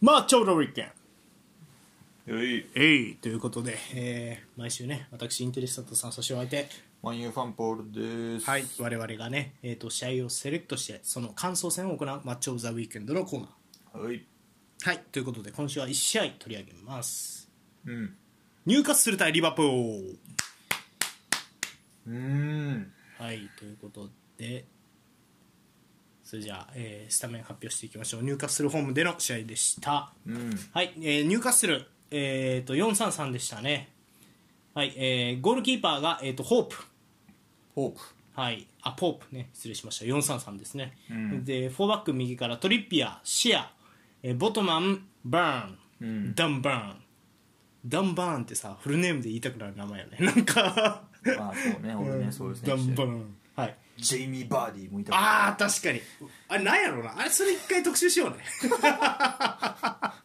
まあちょうどウィークエンよいえいということで、えー毎週ね私インテリスタとさんそしてお相手マンユーファンポールですはい我々がね、えー、と試合をセレクトしてその感想戦を行うマッチオブザウィークエンドのコーナーはいはいということで今週は1試合取り上げますうん入荷する対リバプールうーんはいということでそれじゃあ、えースタメン発表していきましょう入荷するホームでの試合でしたうんはい、えー、ニューカッスル、えー、と433でしたね、はいえー、ゴールキーパーが、えー、とホープ、ホープはい、あポープね失礼しました433ですね、んで4バック右からトリッピアシア、えーボトマンバーン、うんダンバーンダンバーンってさフルネームで言いたくなる名前よね なんかまあそうね俺ねそういうダ選ン手バーンはいジェイミー・バーディーもいたからあー確かにあれなんやろうなあれそれ一回特集しようね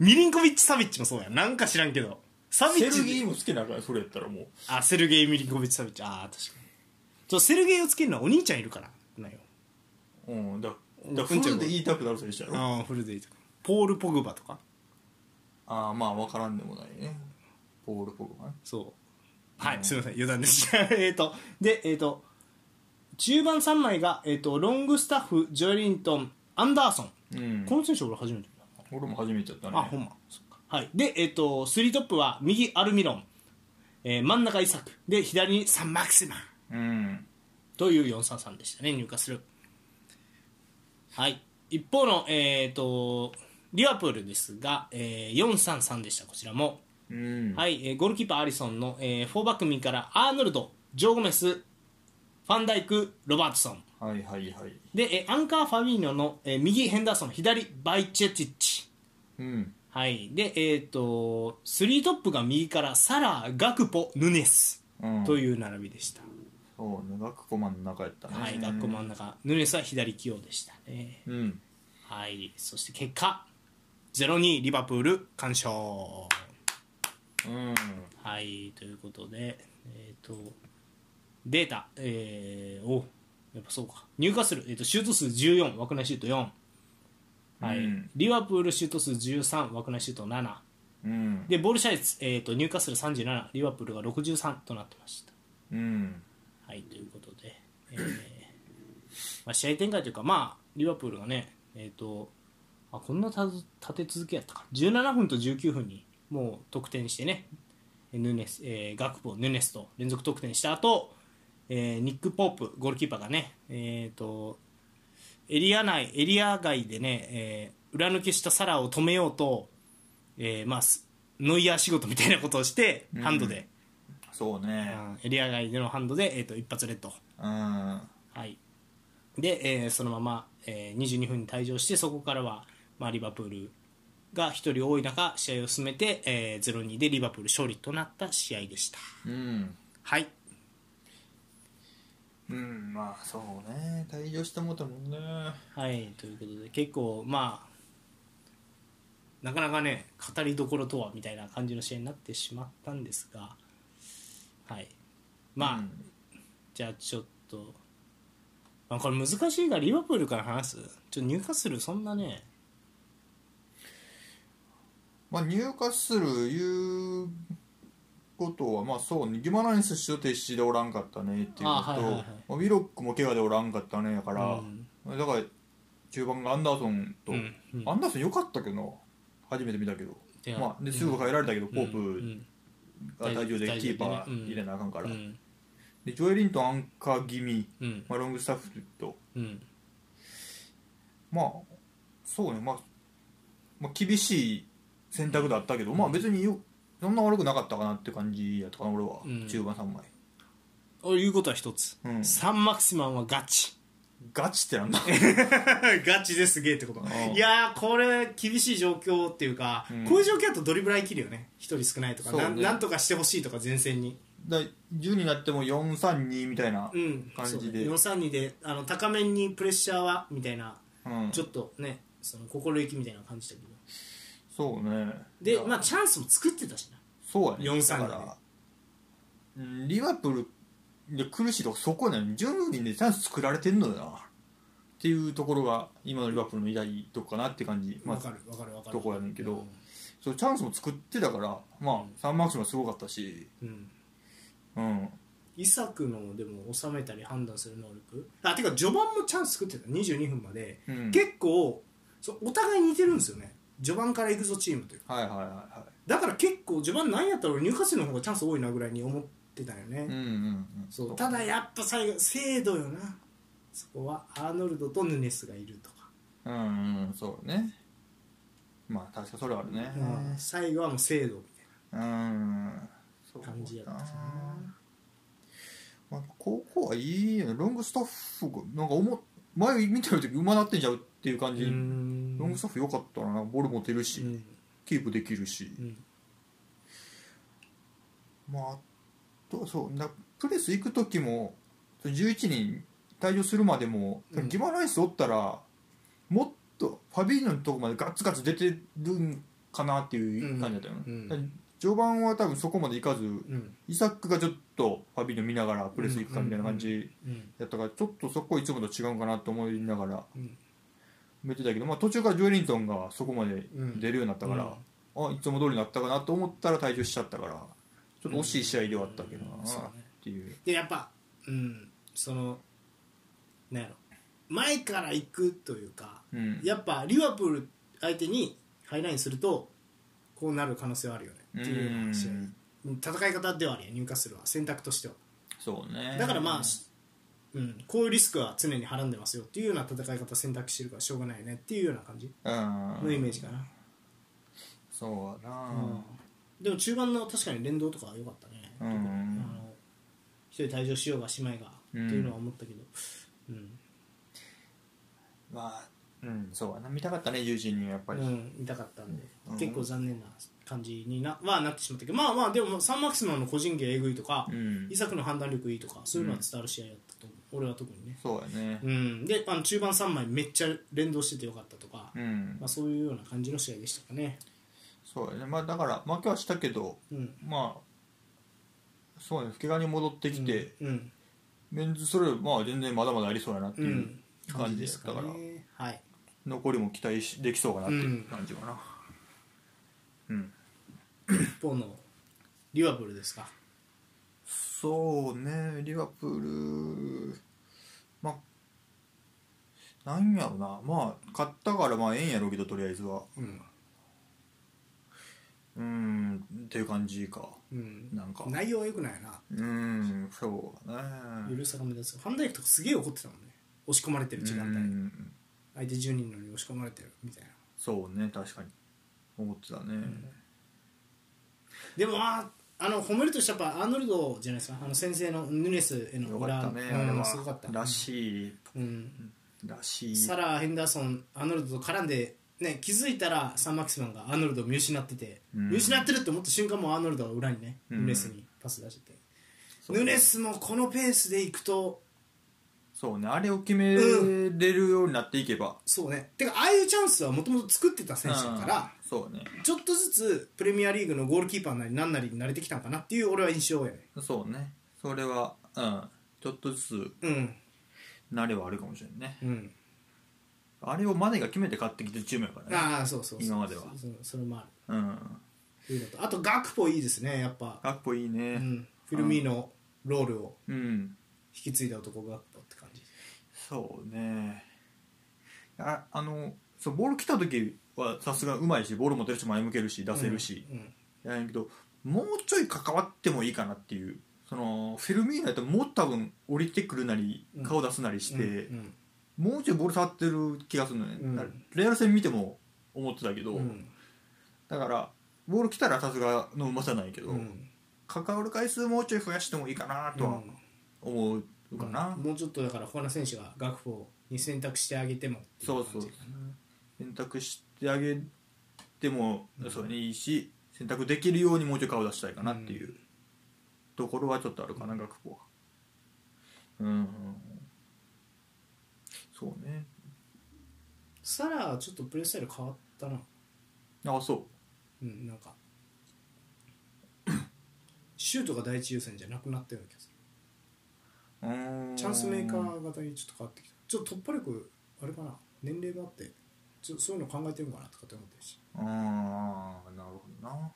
ミリンコビッチ・サビッチもそうやなんか知らんけどサビセッチルギーも好きなからそれやったらもうあセルゲイ・ミリンコビッチ・サビッチあー確かにそうセルゲイをつけるのはお兄ちゃんいるからなんようんだんだフルで言いたくなる選手やろああフルデイとかポール・ポグバとかああまあ分からんでもないねポール・ポグマねそうはい、すみません余談でした えっとでえっ、と中盤3枚が、えー、とロングスタッフジョエリントンアンダーソン、うんこの選手俺初めて見た俺も初めてやったねあほんまそっかはいでえっ、と3トップは右アルミロン、えー真ん中イサクで左にサンマクシマンうんという433でしたね入荷するはい一方のえっ、とリアプールですが、えー、433でしたこちらもうんはい、えーゴールキーパーアリソンの、えー、4バック右からアーノルドジョー・ゴメスファンダイクロバートソンはいはいはいで、えーアンカー・ファビーニョの、えー右ヘンダーソン左バイチェティッチうんはい、で、えっ、と、3トップが右からサラー、ガクポ、ヌネスうんという並びでした。そうね学校真ん中やったねはい、ガクポ真ん中、ヌネスは左起用でしたね。うんはい、そして結果、0-2リバプール完勝。うんはい、ということで、えっ、と、データ、えー、おやっぱそうか、入荷する、えーとシュート数14、枠内シュート4。はいうんリバプールシュート数13、枠内シュート7。うんでボールシャイズ、えー、と入荷する37リバプールが63となってましたうんはいということで、えーまあ、試合展開というかまあリバプールがねえっ、とあこんなたず立て続けやったか17分と19分にもう得点してねえーヌネス、えーガクポヌネスと連続得点した後、えーニック・ポープゴールキーパーがねえっ、とエリア内エリア外でね、えー裏抜けしたサラを止めようと、えーまあすノイヤー仕事みたいなことをして、ハンドで、そうねうんエリア外でのハンドで、えー、と一発レッドうんはい、で、えーそのまま、えー22分に退場してそこからは、まあ、リバプールが1人多い中試合を進めて、えー0-2でリバプール勝利となった試合でしたうんはいうんまあそうね退場してもうたもんねはいということで結構まあなかなかね語りどころとはみたいな感じの試合になってしまったんですがはいまあ、うんじゃあちょっと、まあ、これ難しいからリバプールから話すちょっと入荷するそんなねまあ入荷するいうことはまあそうねギマランス主と撤死でおらんかったねっていうのあはいはいはいとまあウィロックも怪我でおらんかったねやかうらんだから中盤がアンダーソンとうんうんアンダーソン良かったけどな初めて見たけどいやまあですぐ変えられたけどポーうんうプんが退退場場ででねキーパー入れなあかんからうんでジョエリントンアンカー気味うんまあロングスタッフとうんまあそうね、まあ、まあ厳しい選択だったけど、まあ別によそんな悪くなかったかなって感じやったかな俺は、うん中盤3枚ということは一つ、うんサンマクシマンはガチガチってなんだ ガチですげえってことんいやーこれ厳しい状況っていうか、うんこういう状況だとドリブラー生きるよね一人少ないとか、そうねなんなんとかしてほしいとか前線に だ10になっても432みたいな、うん感じでそうね432であの高めにプレッシャーはみたいな、うんちょっとねその心意気みたいな感じだけどそうねいでやまあチャンスも作ってたしなそうやね432だからうんリバプールで苦しいとこそこね10人でチャンス作られてんのよなってっていうところが今のリバプールの偉大とこかなって感じ、まわあ、かるわかるわかるとこやねんけど、うんそうチャンスも作ってたから、まあ、サンマークスもすごかったし、うんうん、イサクのでも収めたり判断する能力あてか序盤もチャンス作ってた22分まで、うん、結構そうお互い似てるんですよね序盤から行くぞチームというはいはいはいはだから結構序盤なんやったら俺入荷数の方がチャンス多いなぐらいに思ってたよね、い、うんうんうん、そうただやっぱ最後精度よなそこはアーノルドとヌネスがいるとか、うんうんそうねまあ確かそれはあるねうん最後はもう精度みうんそう感じやったなまあ、高校はいいよねロングスタッフがなんか思っ前見てる時馬なってんじゃうっていう感たじ、いなうんロングスタッフよかったなボール持てるし、うんキープできるし、うんまああとそうなプレス行く時も11人退場するまでも、うんギバライスおったらもっとファビーノのとこまでガツガツ出てるんかなっていう感じだったよね、うんだから序盤は多分そこまで行かずうんイサックがちょっとファビーノ見ながらプレス行くかみたいな感じうんやったからちょっとそこいつもと違うんかなと思いながらうん見てたけど、まあ、途中からジョエリントンがそこまでうん出るようになったから、あいつも通りになったかなと思ったら退場しちゃったからちょっと惜しい試合ではあったけどなうんそうっねていう。でやっぱうんそのなんやろ前から行くというかうんやっぱリバプール相手にハイラインするとこうなる可能性はあるよねっていうような試合うん戦い方ではあるよ入荷するは選択としてはそうねだからまあ、うん、こういうリスクは常にはらんでますよっていうような戦い方選択してるからしょうがないねっていうような感じあのイメージかな、そうだうなんでも中盤の確かに連動とかは良かったね、うん特にあの一人退場しようがしまいがっていうのは思ったけど、うんまあうんそうだな見たかったね友人にやっぱり、うん見たかったんで、うん結構残念な感じになはなってしまったけどまあまあでもサンマックスマンの個人芸えぐいとか、うんイサクの判断力いいとかそういうのは伝わる試合だったと思う、俺は特にねそうやねうん、であの中盤3枚めっちゃ連動しててよかったとか、うん、まあ、そういうような感じの試合でしたかね。そうやねまあだから負けはしたけどうん、まあそうね怪我に戻ってきて、うん、メンズそれまあ全然まだまだありそうやなってう、いうん感じですから、ね。はい、残りも期待しできそうかなっていう感じかなうん一方のリバプールですか。そうね、リバプール、まあ、なんやろな、まあ、勝ったからまあ、ええんやろうけど、とりあえずは。うん、うーん、っていう感じか。うん、なんか内容は良くないな。うーん、そうだね。許さが目立つ。ファンダイクとかすげえ怒ってたもんね。押し込まれてる時間う帯、ん相手10人のに押し込まれてるみたいな。そうね、確かに。思ってたね。でもまああの褒めるとしたらやっぱアーノルドじゃないですか。あの先生のヌネスへのよかったね、あ裏れうは。ん、すごかった。らしい、うん、らしい。サラ・ヘンダーソン、アーノルドと絡んで、ね、気づいたらサン・マキスマンがアーノルドを見失ってて、うん見失ってるって思った瞬間もうアーノルドが裏にね、うんヌネスにパス出してて、そうヌネスもこのペースでいくと、そうね、あれを決めれるようになっていけば。そうね、てか、ああいうチャンスはもともと作ってた選手だから、うんそうね。ちょっとずつプレミアリーグのゴールキーパーなりなんなりに慣れてきたんかなっていう、俺は印象やね。そうね。それは、うん。ちょっとずつうん、慣れはあるかもしれんねうん、あれをマネが決めて買ってきてるチームやからねああ、そうそうそう今まではそうそれもあるうんっていうのとあと、ガクポいいですね、やっぱ、かっこいいうねん、フィルミーノロールをうん、引き継いだ男、ガクポって感じ。そうねああのそうボール来た時はさすがうまいしボール持てるし前向けるし出せるし、うんうんやねんけどもうちょい関わってもいいかなっていうそのフェルミーノやったらもっと多分降りてくるなりうん顔出すなりして、うんもうちょいボール触ってる気がするのね、うんだからレアル戦見ても思ってたけど、うんだからボール来たらさすがのうまさないけど、うん関わる回数もうちょい増やしてもいいかなとは思うかな、うんもうちょっとだから他の選手が学法に選択してあげてもっていそうそう選択してあげてもそれにいいし選択できるようにもうちょい顔出したいかなっていうところはちょっとあるかな、学校はうん、うん、そうねサラはちょっとプレースタイル変わったなあそうんなんか シュートが第一優先じゃなくなったような気がするううーんチャンスメーカー型にちょっと変わってきたちょっと突破力あれかな年齢があってちょそういうの考えてるのかなとかって思ってるしああなるほどな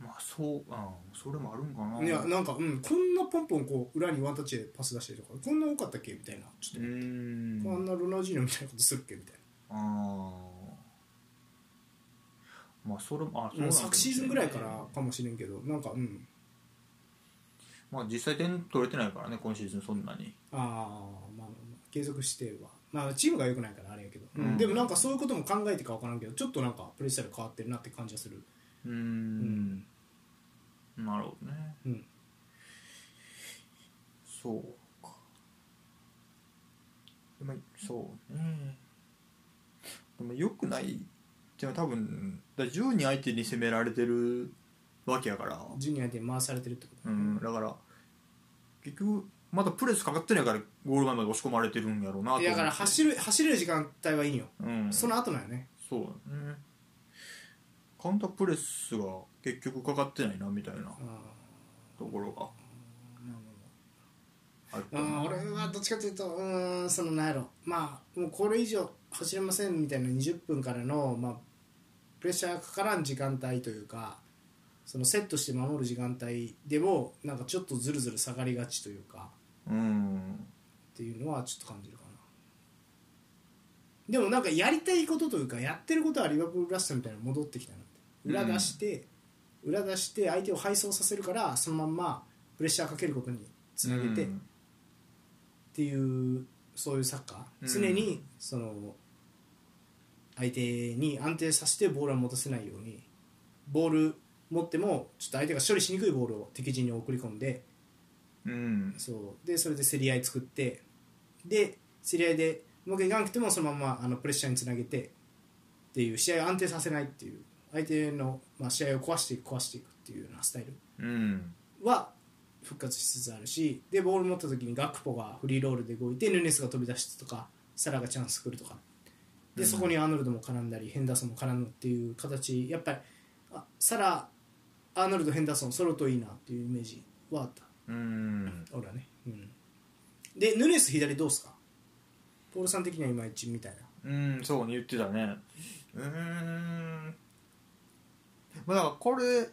まあそうあーそれもあるんかないやなんか、うん、こんなポンポンこう裏にワンタッチでパス出したりとかこんな多かったっけみたいなちうょっと、ーんあんなロナウジーニョみたいなことするっけみたいあーまあそれもあそうな、うんん、なかも昨しシーズれんンねぐらいからかもしれんけどなんかうんまあ実際点取れてないからね今シーズンそんなにああまあまあ継続してはまあチームが良くないからあれやけど、うんでもなんかそういうことも考えてか分からんけどちょっとなんかプレースタイル変わってるなって感じがするうーんなるほどねうんそうかでもそうねでも良くないっていうのは多分だから10人相手に攻められてるわけやからジュニアで回されてるってことうんだから結局まだプレスかかってないからゴール前まで押し込まれてるんやろうなと思ういしやだから走る走れる時間帯はいいんよ、うんその後なんよねそうだねカウンタープレスが結局かかってないなみたいなあーところがあるあー俺はどっちかというとうーんそのなんやろまあもうこれ以上走れませんみたいな20分からの、まあ、プレッシャーがかからん時間帯というかそのセットして守る時間帯でもなんかちょっとずるずる下がりがちというかうんっていうのはちょっと感じるかなでもなんかやりたいことというかやってることはリバプールラストみたいなの戻ってきたなって裏出して、裏出して相手を敗走させるからそのまんまプレッシャーかけることにつなげてっうんていうそういうサッカうんー常にその相手に安定させてボールは持たせないようにボール持ってもちょっと相手が処理しにくいボールを敵陣に送り込んでうんそうでそれで競り合い作ってで競り合いでうまくいかなくてもそのままあのプレッシャーにつなげてっていう試合を安定させないっていう相手の、まあ、試合を壊していく壊していくっていうようなスタイルうんは復活しつつあるしでボール持った時にガクポがフリーロールで動いてヌネスが飛び出してとかサラがチャンス来るとかでそこにアーノルドも絡んだりヘンダーソンも絡むっていう形やっぱりあサラアーノルドヘンダーソン揃うといいなっていうイメージはあった。うん俺はね、うん、でヌネス左どうすかポールさん的にはいまいちみたいなうんそうね言ってたねうーんまあだからこれ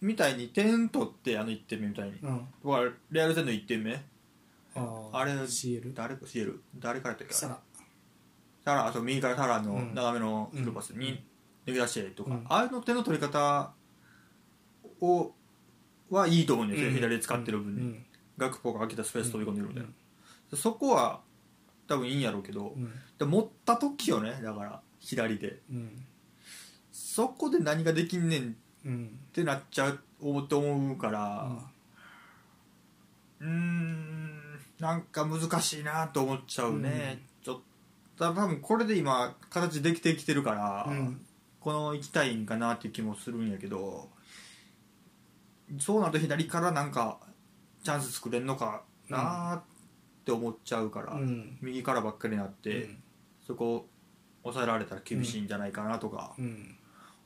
みたいに点取ってあの1点目みたいにうん僕はレアル戦の1点目ああれ CL 誰か CL 誰からやったっけサラタラあと右からタラうのん斜めのクロパスうにん抜け出してとか、うんああいうの手の取り方をはいいと思うんですよ、うん左で使ってるう分に、んガクポが空けたスペース飛び込んでくるみたいな、そこは多分いいんやろうけど、うんで持った時よねだから左でうんそこで何ができんねんっうんてなっちゃうと思うかうらんうーんなんか難しいなと思っちゃうね、ちょっと多分これで今形できてきてるから、うんこの行きたいんかなっていう気もするんやけどそうなると左からなんかチャンス作れんのかなーって思っちゃうから、うん右からばっかりになって、うんそこ抑えられたら厳しいんじゃないかなとかうん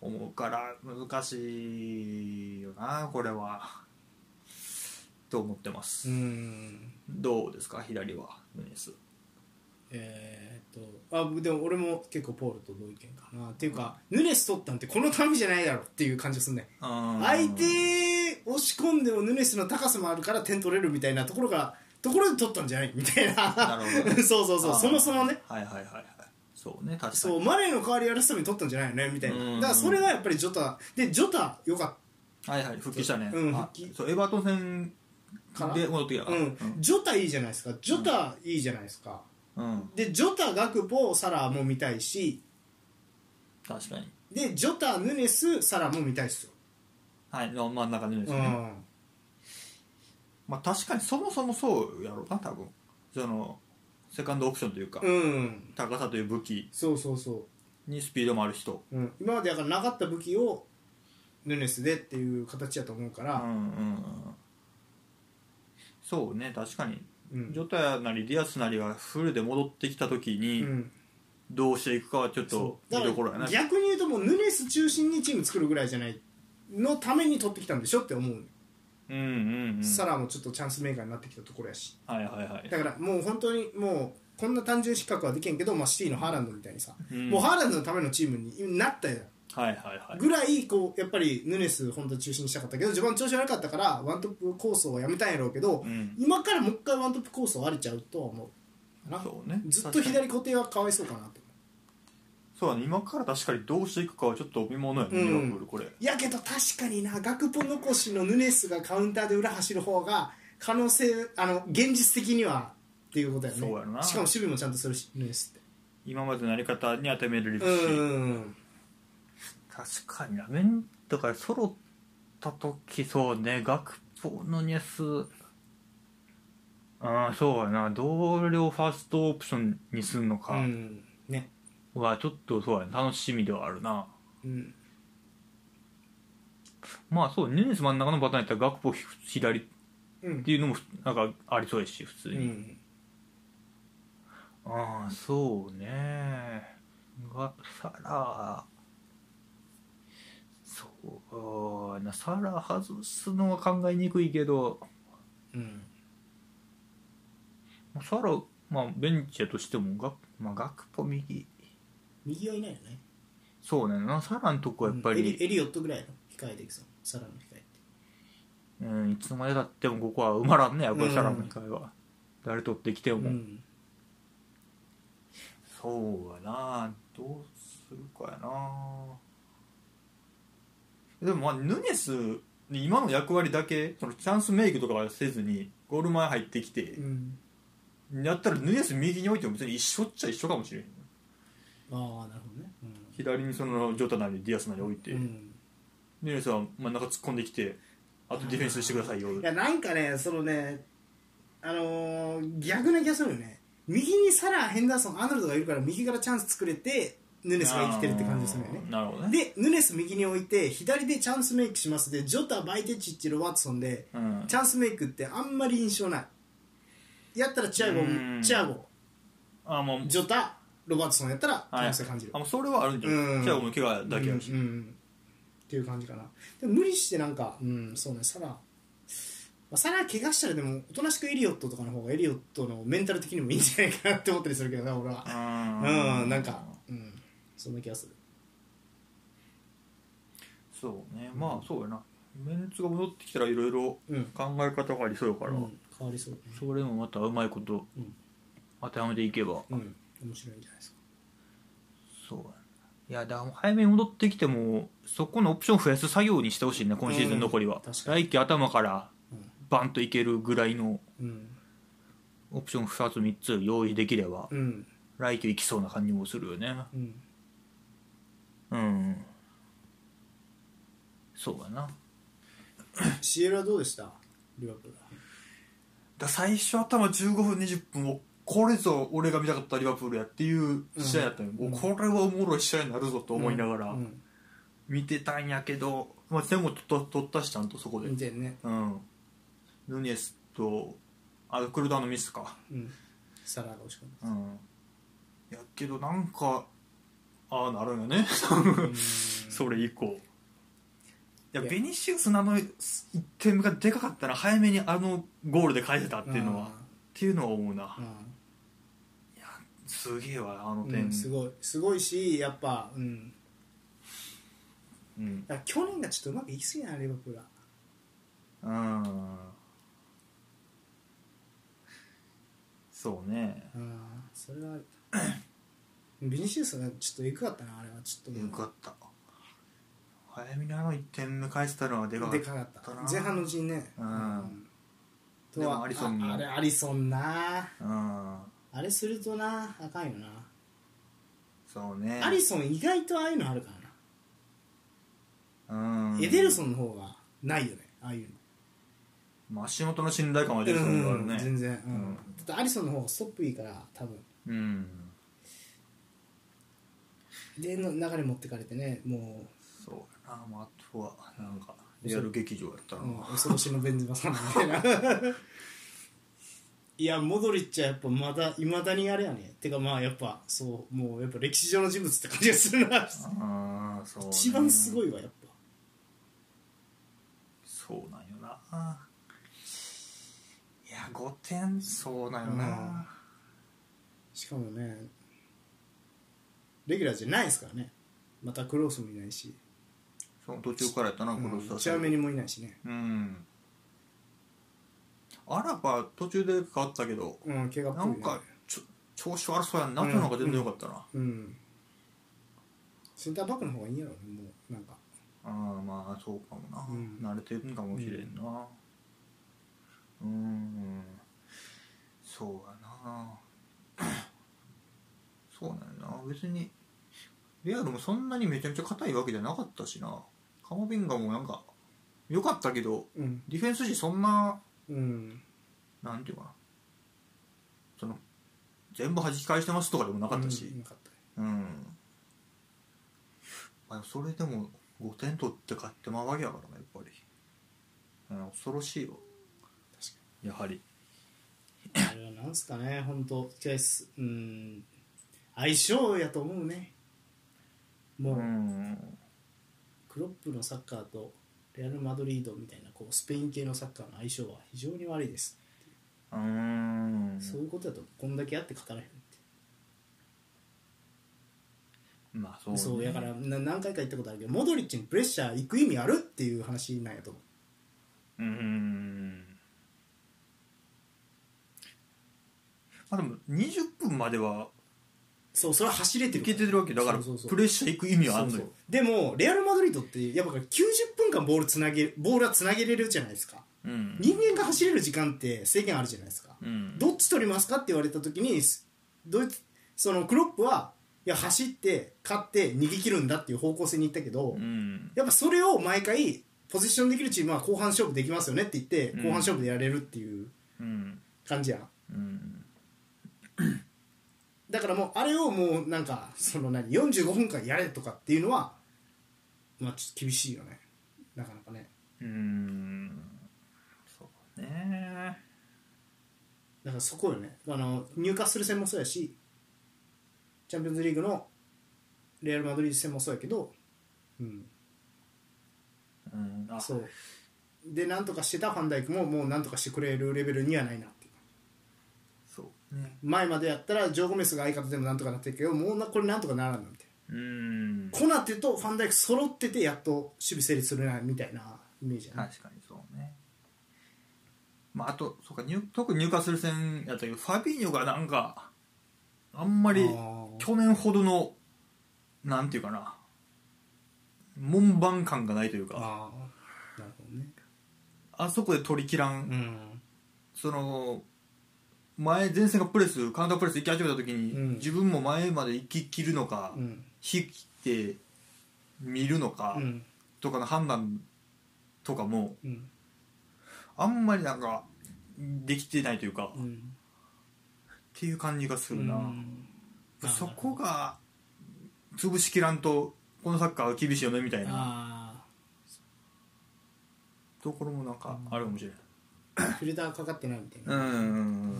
思うから難しいよなこれはと思ってます、うんどうですか左はヌネスえーっとあでも俺も結構ポールと同意見かなっていうかヌネス取ったんってこのためじゃないだろっていう感じがすんね相相手押し込んでもヌネスの高さもあるから点取れるみたいなところがところで取ったんじゃないみたいななるほ どそうそうそうそもそもねはいはいはいはいそうね確かにそうマネーの代わりやらすために取ったんじゃないよねみたいなうんだからそれがやっぱりジョタでジョタよかっはいはい復帰したね、うんあ復帰そうエバートン戦からで戻ってきたた、かうらん、ジョタいいじゃないですかジョタいいじゃないですか、うんうんでジョタガクポサラも見たいし確かにでジョタヌネスサラも見たいっすよ、はいの真ん中ヌネスうね、んまあ確かにそもそもそうやろうな多分そのセカンドオプションというか、うん高さという武器そうそうそにスピードもある人う、うん、今までだからなかった武器をヌネスでっていう形やと思うかうんうんら、うんそうね確かにうんジョタなりディアスなりがフルで戻ってきた時うにん、どうしていくかはちょっとそう見だかどころやらな逆に言うともうヌネス中心にチーム作るぐらいじゃないのために取ってきたんでしょって思ううんうんうんサラもちょっとチャンスメーカーになってきたところやしはいはいはいだからもう本当にもうこんな単純比較はできへんけど、まあ、シティのハーランドみたいにさ、うんもうハーランドのためのチームになったよはいはいはいぐらいこうやっぱりヌネス本当中心にしたかったけど序盤調子悪かったからワントップ構想はやめたんやろうけど、うん今からもう一回ワントップ構想ありちゃうとは思うかなそうねずっと確かに左固定はかわいそうかなと思そうだね今から確かにどうしていくかはちょっと見ものやねうんリバプールこれうやけど確かにな学ポ残しのヌネスがカウンターで裏走る方が可能性あの現実的にはっていうことやねそうやろなしかも守備もちゃんとするしヌネスって今までのやり方に当てめれるしうん確かにラメンだから揃った時そうね学法のニュースああそうやな同僚ファーストオプションにすんのうかんねはちょっとそうやな楽しみではあるなうんまあそうヌネス真ん中のパターンやったら学法左っうんていうのもなんかありそうやし普通うに、んああそうねがサラそうなサラ外すのは考えにくいけどうんサラまあベンチやとしてもが、まあ、ガクポ右右はいないよねそうねんなサラのとこはやっぱうんエリり、エリオットぐらいの控えでいくぞサラの控えってうんいつまでたってもここは埋まらんねやっぱりサラの回は、誰取ってきても、うんそうやなどうするかやなでもまあヌネスに今の役割だけそのチャンスメイクとかはせずにゴール前入ってきてうんやったらヌネス右に置いても別に一緒っちゃ一緒かもしれんああなるほどねうん左にそのジョタなりディアスなり置いて、うんヌネスは真ん中突っ込んできてあとディフェンスしてくださいよいやなんかねそのねあのー逆な気がするよね右にサラヘンダーソンアーノルドがいるから右からチャンス作れてヌネスが生きてるって感じするよねあーなるほどねでヌネス右に置いて左でチャンスメイクしますでジョタバイテッチッチロワットソンでうんチャンスメイクってあんまり印象ないやったらチアゴうんチアゴあーもうジョタロバートソンやったらは可い能性感じるあもうそれはあるんじゃなういんじゃあもう怪我だけやし、うんうんうんっていう感じかなでも無理してなんかうんそうねサラ、まあ、サラ怪我したらでもおとなしくエリオットとかの方がエリオットのメンタル的にもいいんじゃないかなって思ったりするけどな俺はうんなんかうんそんな気がするそうねまあそうやなメンツが戻ってきたらいろいろうん、考え方がありそうやかうら、ん、変わりそうねそれもまたうまいことうん当てはめていけばうん面白いんじゃないですかそうやないやだから早めに戻ってきてもそこのオプション増やす作業にしてほしいね今シーズン残りは、うん確かに来季頭からうんバンといけるぐらいのうんオプション2つ3つ用意できればうん来季いきそうな感じもするよねうんうんそうやなシエルはどうでしたリバプールはだ最初頭15分20分をこれぞ俺が見たかったリバプールやっていう試合やったのよ、うんもうこれはおもろい試合になるぞと思いながらうん見てたんやけど、まあ、でも取った取ったしちゃんとそこで見てるねうんヌニエスとあクルダーのミスかうんサラが惜しかっうんやけどなんかああなるんよね たうんそれ以降いやいやベニシウスのあの1点目がでかかったら早めにあのゴールで返せたっていうのはっていうのは思うな、うんうんすげえわあのう点、ん、すごいすごいしやっぱ、うん、うん、だから去年がちょっとうまくいきすぎないリバプールはうん、そうねうんそれはビニシウスがちょっとエグかったなあれはちょっともようかった早めにあの1点目返せたのはでかかっでたかかったな前半のうちにねうんとではもアリソンもああれアリソンなうんあれするとなあかんよな、そうねアリソン意外とああいうのあるからな、うんエデルソンの方がないよねああいうのまあ足元の信頼感はエデルソンがあるうんね全然、うんうんだってアリソンの方がストップいいから多分うん、での流れ持ってかれてねもうそうやな、まあ、あとはなんかリアル劇場やったな、うん恐ろしのベンゼマさんみたいな いやモドリッチはやっぱまだいまだにあれやねてかまあやっぱそうもうやっぱ歴史上の人物って感じがするなああそうね一番すごいわやっぱそそうなんよないや5点そうなんよな、しかもねレギュラーじゃないですからねまたクロースもいないし、その途中からやったなうこのん、 2チャーメニもいないしね、うんあらば途中で変わったけどうん、怪我っぽ、ないね、んかちょ調子悪そうやんなってのが全然よかったな、うんセンターバックの方がいいんやろうねもうなんかああまあそうかもな、うん慣れてるんかもしれんなうんんそうやな そうなんやな別にレアルもそんなにめちゃめちゃ硬いわけじゃなかったしなカモビンガもなんか良かったけどうんディフェンス陣そんなうんなんていうかなその全部弾き返してますとかでもなかったしうんなかったうん、まあ、それでも5点取って勝ってまうわけやからなやっぱり、うん、恐ろしいよ確かやはりあれはなんすかね本当チェイスうん相性やと思うねもう、うんクロップのサッカーとレアル・マドリードみたいなこうスペイン系のサッカーの相性は非常に悪いです、うんそういうことだとこんだけあって勝たれへんって、まあそう,、そうやからな何回か言ったことあるけどモドリッチにプレッシャー行く意味あるっていう話なんやと思ううんまあでも20分まではそうそれは走れているけてるわけだからそうそうそうプレッシャーいく意味はあんのよそうそうでもレアル・マドリードってやっぱ90分間ボールつなげボールはつなげれるじゃないですかうん人間が走れる時間って制限あるじゃないですかうんどっち取りますかって言われた時にドイツそのクロップはいや走って勝って逃げ切るんだっていう方向性に行ったけど、うんやっぱそれを毎回ポジションできるチームは後半勝負できますよねって言ってうん後半勝負でやれるっていううん感じやん、うんだからもうあれをもうなんかその何45分間やれとかっていうのはまあちょっと厳しいよねなかなかねうーんそうねだからそこよねあの入荷する戦もそうやしチャンピオンズリーグのレアル・マドリード戦もそうやけど、うん、うんあそうでなんとかしてたファンダイクももうなんとかしてくれるレベルにはないなっていうそうね前までやったらジョー・ゴメスが相方でもなんとかなってるけどもうなこれなんとかならんなんてうーんコナテとファンダイク揃っててやっと守備成立するなみたいなイメージやね、確かにそうねまああとそうか入特に入荷する戦やったけどファビーニョがなんかあんまりあー去年ほどのなんていうかな門番感がないというかあーなるほどねあそこで取り切らん、うんその前前線がプレスカウンタープレス行き始めた時に、うん自分も前まで行ききるのか、うん引きて見るのか、うんとかの判断とかもうんあんまりなんかできてないというか、うっんていう感じがするな、うんそこが潰しきらんとこのサッカーは厳しいよねみたいなあところもなんかあるかもしれないあフィルターかかってないみたいな、うん、うんうんうん、なるほどね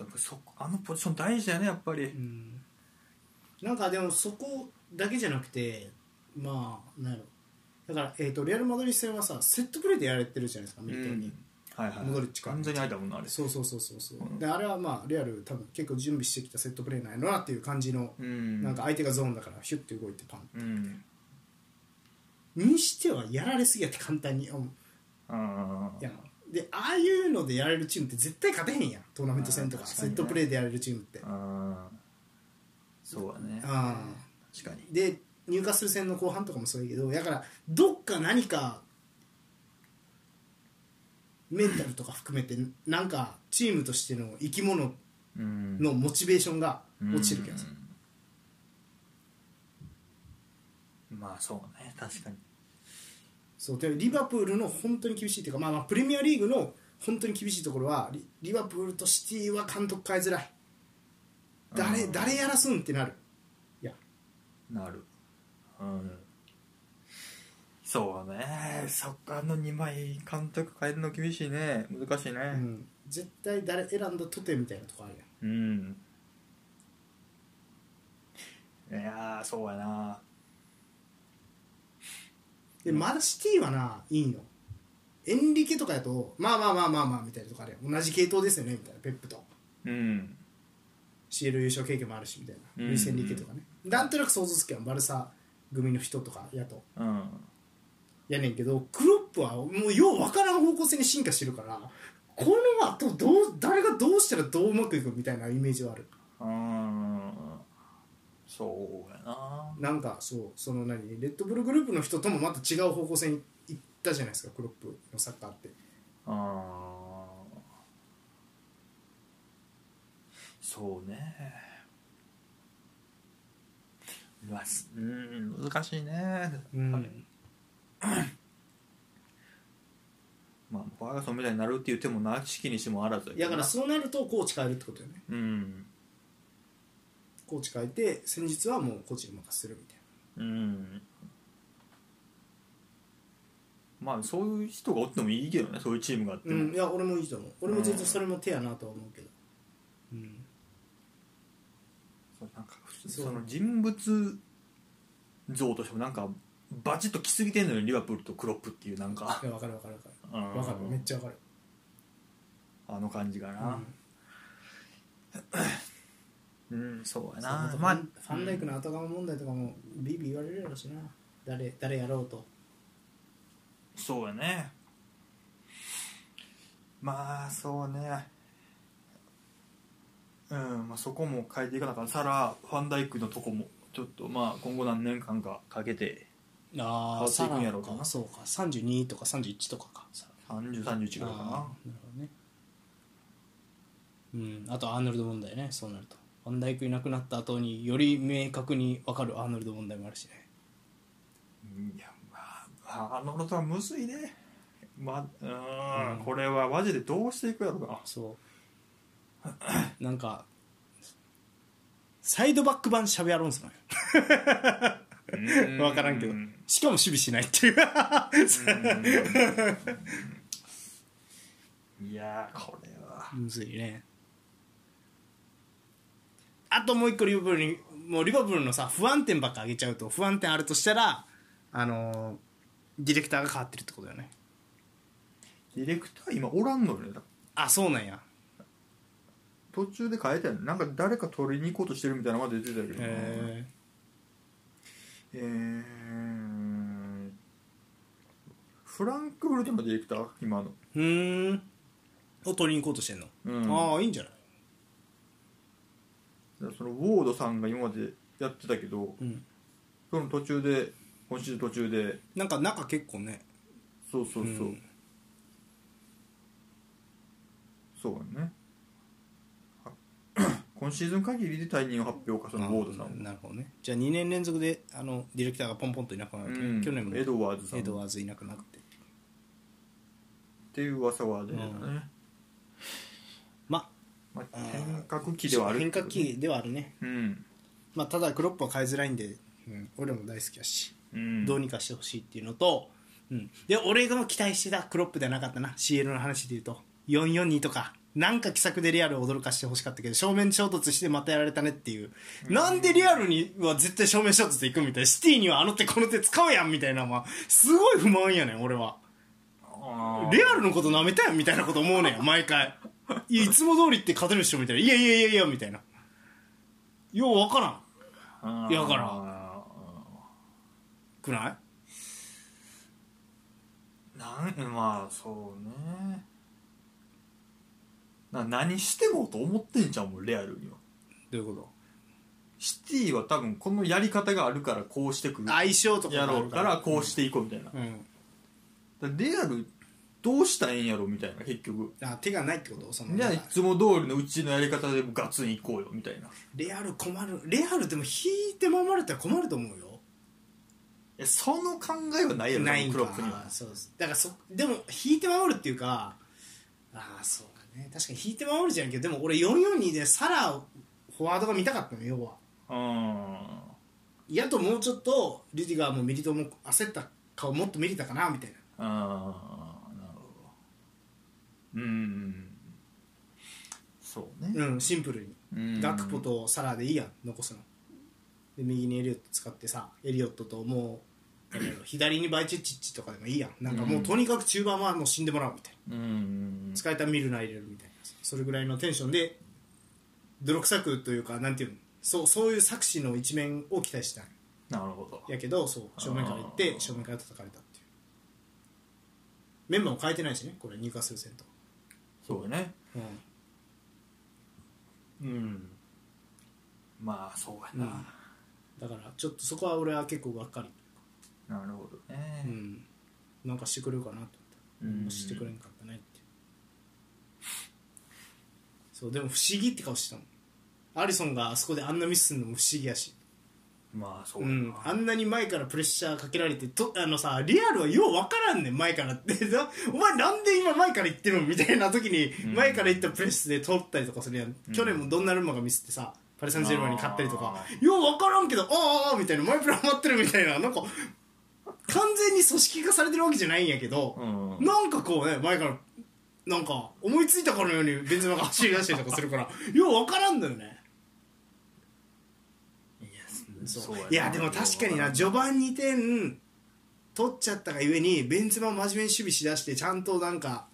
やっぱそこあのポジション大事だよねやっぱり、うんなんかでもそこだけじゃなくてまあなんやろだから、えー、とレアル・マドリード戦はさセットプレーでやれてるじゃないですかうミリトンに、ん、はいはい戻る力完全に空いたもんなあれそうそうそうそうそう、うんであれはまあレアル多分結構準備してきたセットプレーなんやろなっていう感じの、うんなんか相手がゾーンだからヒュッて動いてパンうんにしてはやられすぎやって簡単にうんあやんでああいうのでやれるチームって絶対勝てへんやんトーナメント戦とかあー確セかにッねトプレーでやれるチームってああそうだねあ確かにーで入荷する戦の後半とかもそうやけどだからどっか何かメンタルとか含めてなんかチームとしての生き物うんのモチベーションが落ちてる気がする、うんまあそうね確かにそうでリバプールの本当に厳しいというか、まあ、まあプレミアリーグの本当に厳しいところはリリバプールとシティは監督変えづらい誰うん誰やらすんってなるいやなるうんそうねそっかあの2枚監督変えるの厳しいね難しいうねん絶対誰選んだとてみたいなとこあるやんうん、いやーそうやなでまだシティはないいんよエンリケとかやとまあまあまあまあまあみたいなとかで同じ系統ですよねみたいなペップとうん。 CL 優勝経験もあるしみたいなうんルイス・エンリケとかねなんとなく想像つけばバルサ組の人とかやとうん。やねんけどクロップはもうよう分からん方向性に進化してるからこの後どう誰がどうしたらどううまくいくみたいなイメージはあるうん。そうやな。なんかそうその何レッドブルグループの人ともまた違う方向性に行ったじゃないですかクロップのサッカーってあーそうねうわすうん難しいね、うんまあ、ファーガソンみたいになるっていう手もなしきにしもあらずけどだからなそうなるとコーチ変えるってことよねうんコーチ変えて先日はもうコーチに任せるみたいうんまあそういう人がおってもいいけどねそういうチームがあっても、なうんいや俺もいいと思う俺も全然それも手やなとは思うけどうんそうなんか普通そうその人物像としてもなんかバチッと来すぎてんのよリバプールとクロップっていうなんかいや分かる分かる分かるうん分かるめっちゃ分かるあの感じがなうんうん、そうやそうなとまあファンダイクの後釜問題とかもビビ言われるやろしな誰誰やろうとそうやねまあそうねうんまあそこも変えていかなあかんさらファンダイクのとこもちょっとまあ今後何年間かかけてあ変わあっていサくんやラろうとなかそうか32とか31とかかサラ3031ぐらいあーかななるほどねうんあとアーノルド問題ねそうなるとファンダイクいなくなった後により明確に分かるアーノルド問題もあるしねいやまああのロトはむずいねまあうん、うんこれはマジでどうしていくやろうかそう なんかサイドバック版シャビアロンソなんよ分分からんけどしかも守備しないって いういやーこれはむずいねあともう一個リバプールにもうリバプールのさ不安点ばっか上げちゃうと不安点あるとしたらあのーディレクターが変わってるってことだよねディレクター今おらんのよねあそうなんや途中で変えたよねなんか誰か取りに行こうとしてるみたいなのが出てたけどなへえーフランクフルトのディレクター今のえうんを取りに行こうとしてんの、うんああいいんじゃないそのウォードさんが今までやってたけどうんその途中で今週途中でなんか中結構ねそうそうそう、うんそうやねあ 今シーズン限りで退任を発表かそのウォードさんはなるほどねじゃあ2年連続であのディレクターがポンポンといなくなるわけね、うん去年もエドワーズさんエドワーズいなくなってっていう噂は出るよね、うんままあ、変革期ではああるけ変ど化期ではあるねうんまあ、ただクロップは変えづらいんで、うん、俺も大好きだし、うんどうにかしてほしいっていうのと、うん、で俺がも期待してたクロップではなかったな CL の話でいうと442とかなんか奇策でリアルを驚かしてほしかったけど正面衝突してまたやられたねっていう、なんでリアルには絶対正面衝突で行くみたいなシティにはあの手この手使うやんみたいなのはすごい不満やねん俺はあーリアルのこと舐めたやんみたいなこと思う ねん毎回いやいつも通りって勝てるっしょみたいないやいやいやいやみたいなようわからんあーいやわからんくないなんまあそうねな何してもと思ってんじゃんもうレアルにはどういうことシティは多分このやり方があるからこうしてくる相性とかやがあろうるからこうしていこうみたいな、うんだレアルどうしたらええんやろみたいな結局あ手がないってことそのじゃあいつも通りのうちのやり方でもガツンいこうよみたいないレアル困るレアルでも引いて守られたら困ると思うよやその考えはないやろないんクかロップにはそうですだからそでも引いて守るっていうかああそうかね確かに引いて守るじゃんけどでも俺442でサラをフォワードが見たかったのよ要はうんやともうちょっとリュディガーもミリトも焦った顔もっと見れたかなみたいなああなるほどうんそうねうんシンプルにうんガクポとサラーでいいやん残すので右にエリオット使ってさエリオットともうなんだろう左にバイチェッチッチとかでもいいやんなんかもうとにかく中盤はもう死んでもらうみたいなうん使えたミルナ入れるみたいなそれぐらいのテンションで泥臭くというかなんていうのそうそういう作詞の一面を期待したんなるほどやけどそう正面から行ってあー正面から叩かれたっていうメンバーも変えてないしねこれ入荷する戦と、そうだねうんうんまあそうやな、だからちょっとそこは俺は結構がっかり、なるほどうねん、なんかしてくれるかなと思ったうんしてくれんかったねっていうそうでも不思議って顔してたもんアリソンがあそこであんなミスするのも不思議やし、まあそううやな、ん、あんなに前からプレッシャーかけられてとあのさリアルはよう分からんねん前からって お前なんで今前から言ってるのみたいな時にん前から言ったプレスで通ったりとかするやん、うん去年もドンナルンマがミスってさパリ・サンジェルマンに勝ったりとかあよう分からんけどあーあーあーみたいな前プラン待ってるみたいななんか完全に組織化されてるわけじゃないんやけど、うんなんかこうね前からなんか思いついたかのようにベンゼマが走り出したりとかするからよう分からんのよねそうやないやでも確かにな序盤2点取っちゃったがゆえにベンツマを真面目に守備しだしてちゃんとなんか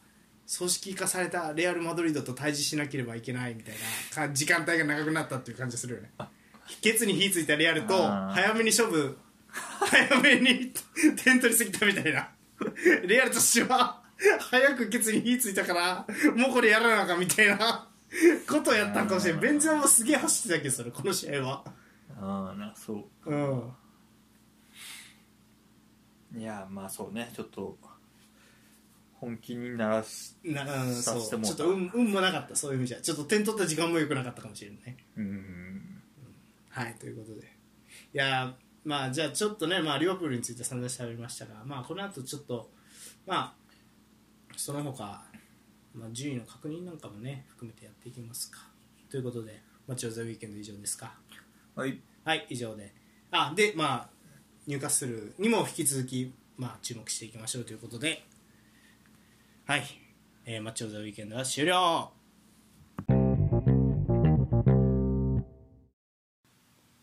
組織化されたレアル・マドリードと対峙しなければいけないみたいなか時間帯が長くなったっていう感じがするよねケツに火ついたレアルとあー早めに勝負早めに 点取りすぎたみたいなレアルとしては早くケツに火ついたからもうこれやらなあかんみたいなことをやったんかもしれないベンツマもすげえ走ってたけどそれこの試合はああなそううんいやまあそうねちょっと本気にならすなうん、そさせてうもらちょっったと運運もなかったそういう意味じゃちょっと点取った時間も良くなかったかもしれないねうんはいということでいやーまあじゃあちょっとね、まあ、リバプールについて散々喋りましたが、まあ、この後ちょっとまあその他、まあ、順位の確認なんかもね含めてやっていきますかということで「マッチョ・ザ・ウィーケンド」以上ですかはいはい以上であでまあ入荷するにも引き続き、まあ、注目していきましょうということではい、えーマッチョ・ザ・ウィーケンドは終了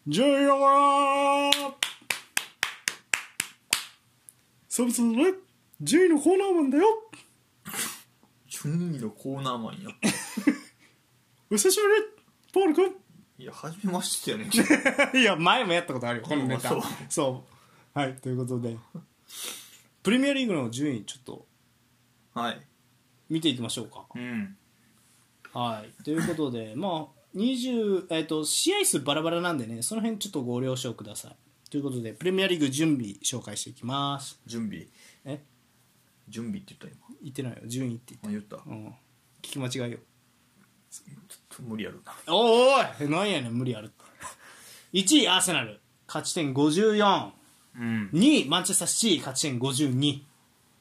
14番そろそろね10位のコーナーマンだよ順位のコーナーマンやお久しぶりポール君いや初めまし てやね いや、前もやったことあるよ、このネタ。そうそう。はい、ということで、プレミアリーグの順位、ちょっとはい見ていきましょうか。うんはい、ということで、まあ、20、えっ、と、試合数バラバラなんでね、その辺ちょっとご了承ください。ということで、プレミアリーグ準備紹介していきます。準備え準備って言った言ってないよ、順位って今あ言ったちょ言って。うん。聞き間違いよ。っと無理やろなおいおいなんやねん、無理あるって。1位、アーセナル。勝ち点54。うん2位、マンチェスターシティ。勝ち点52。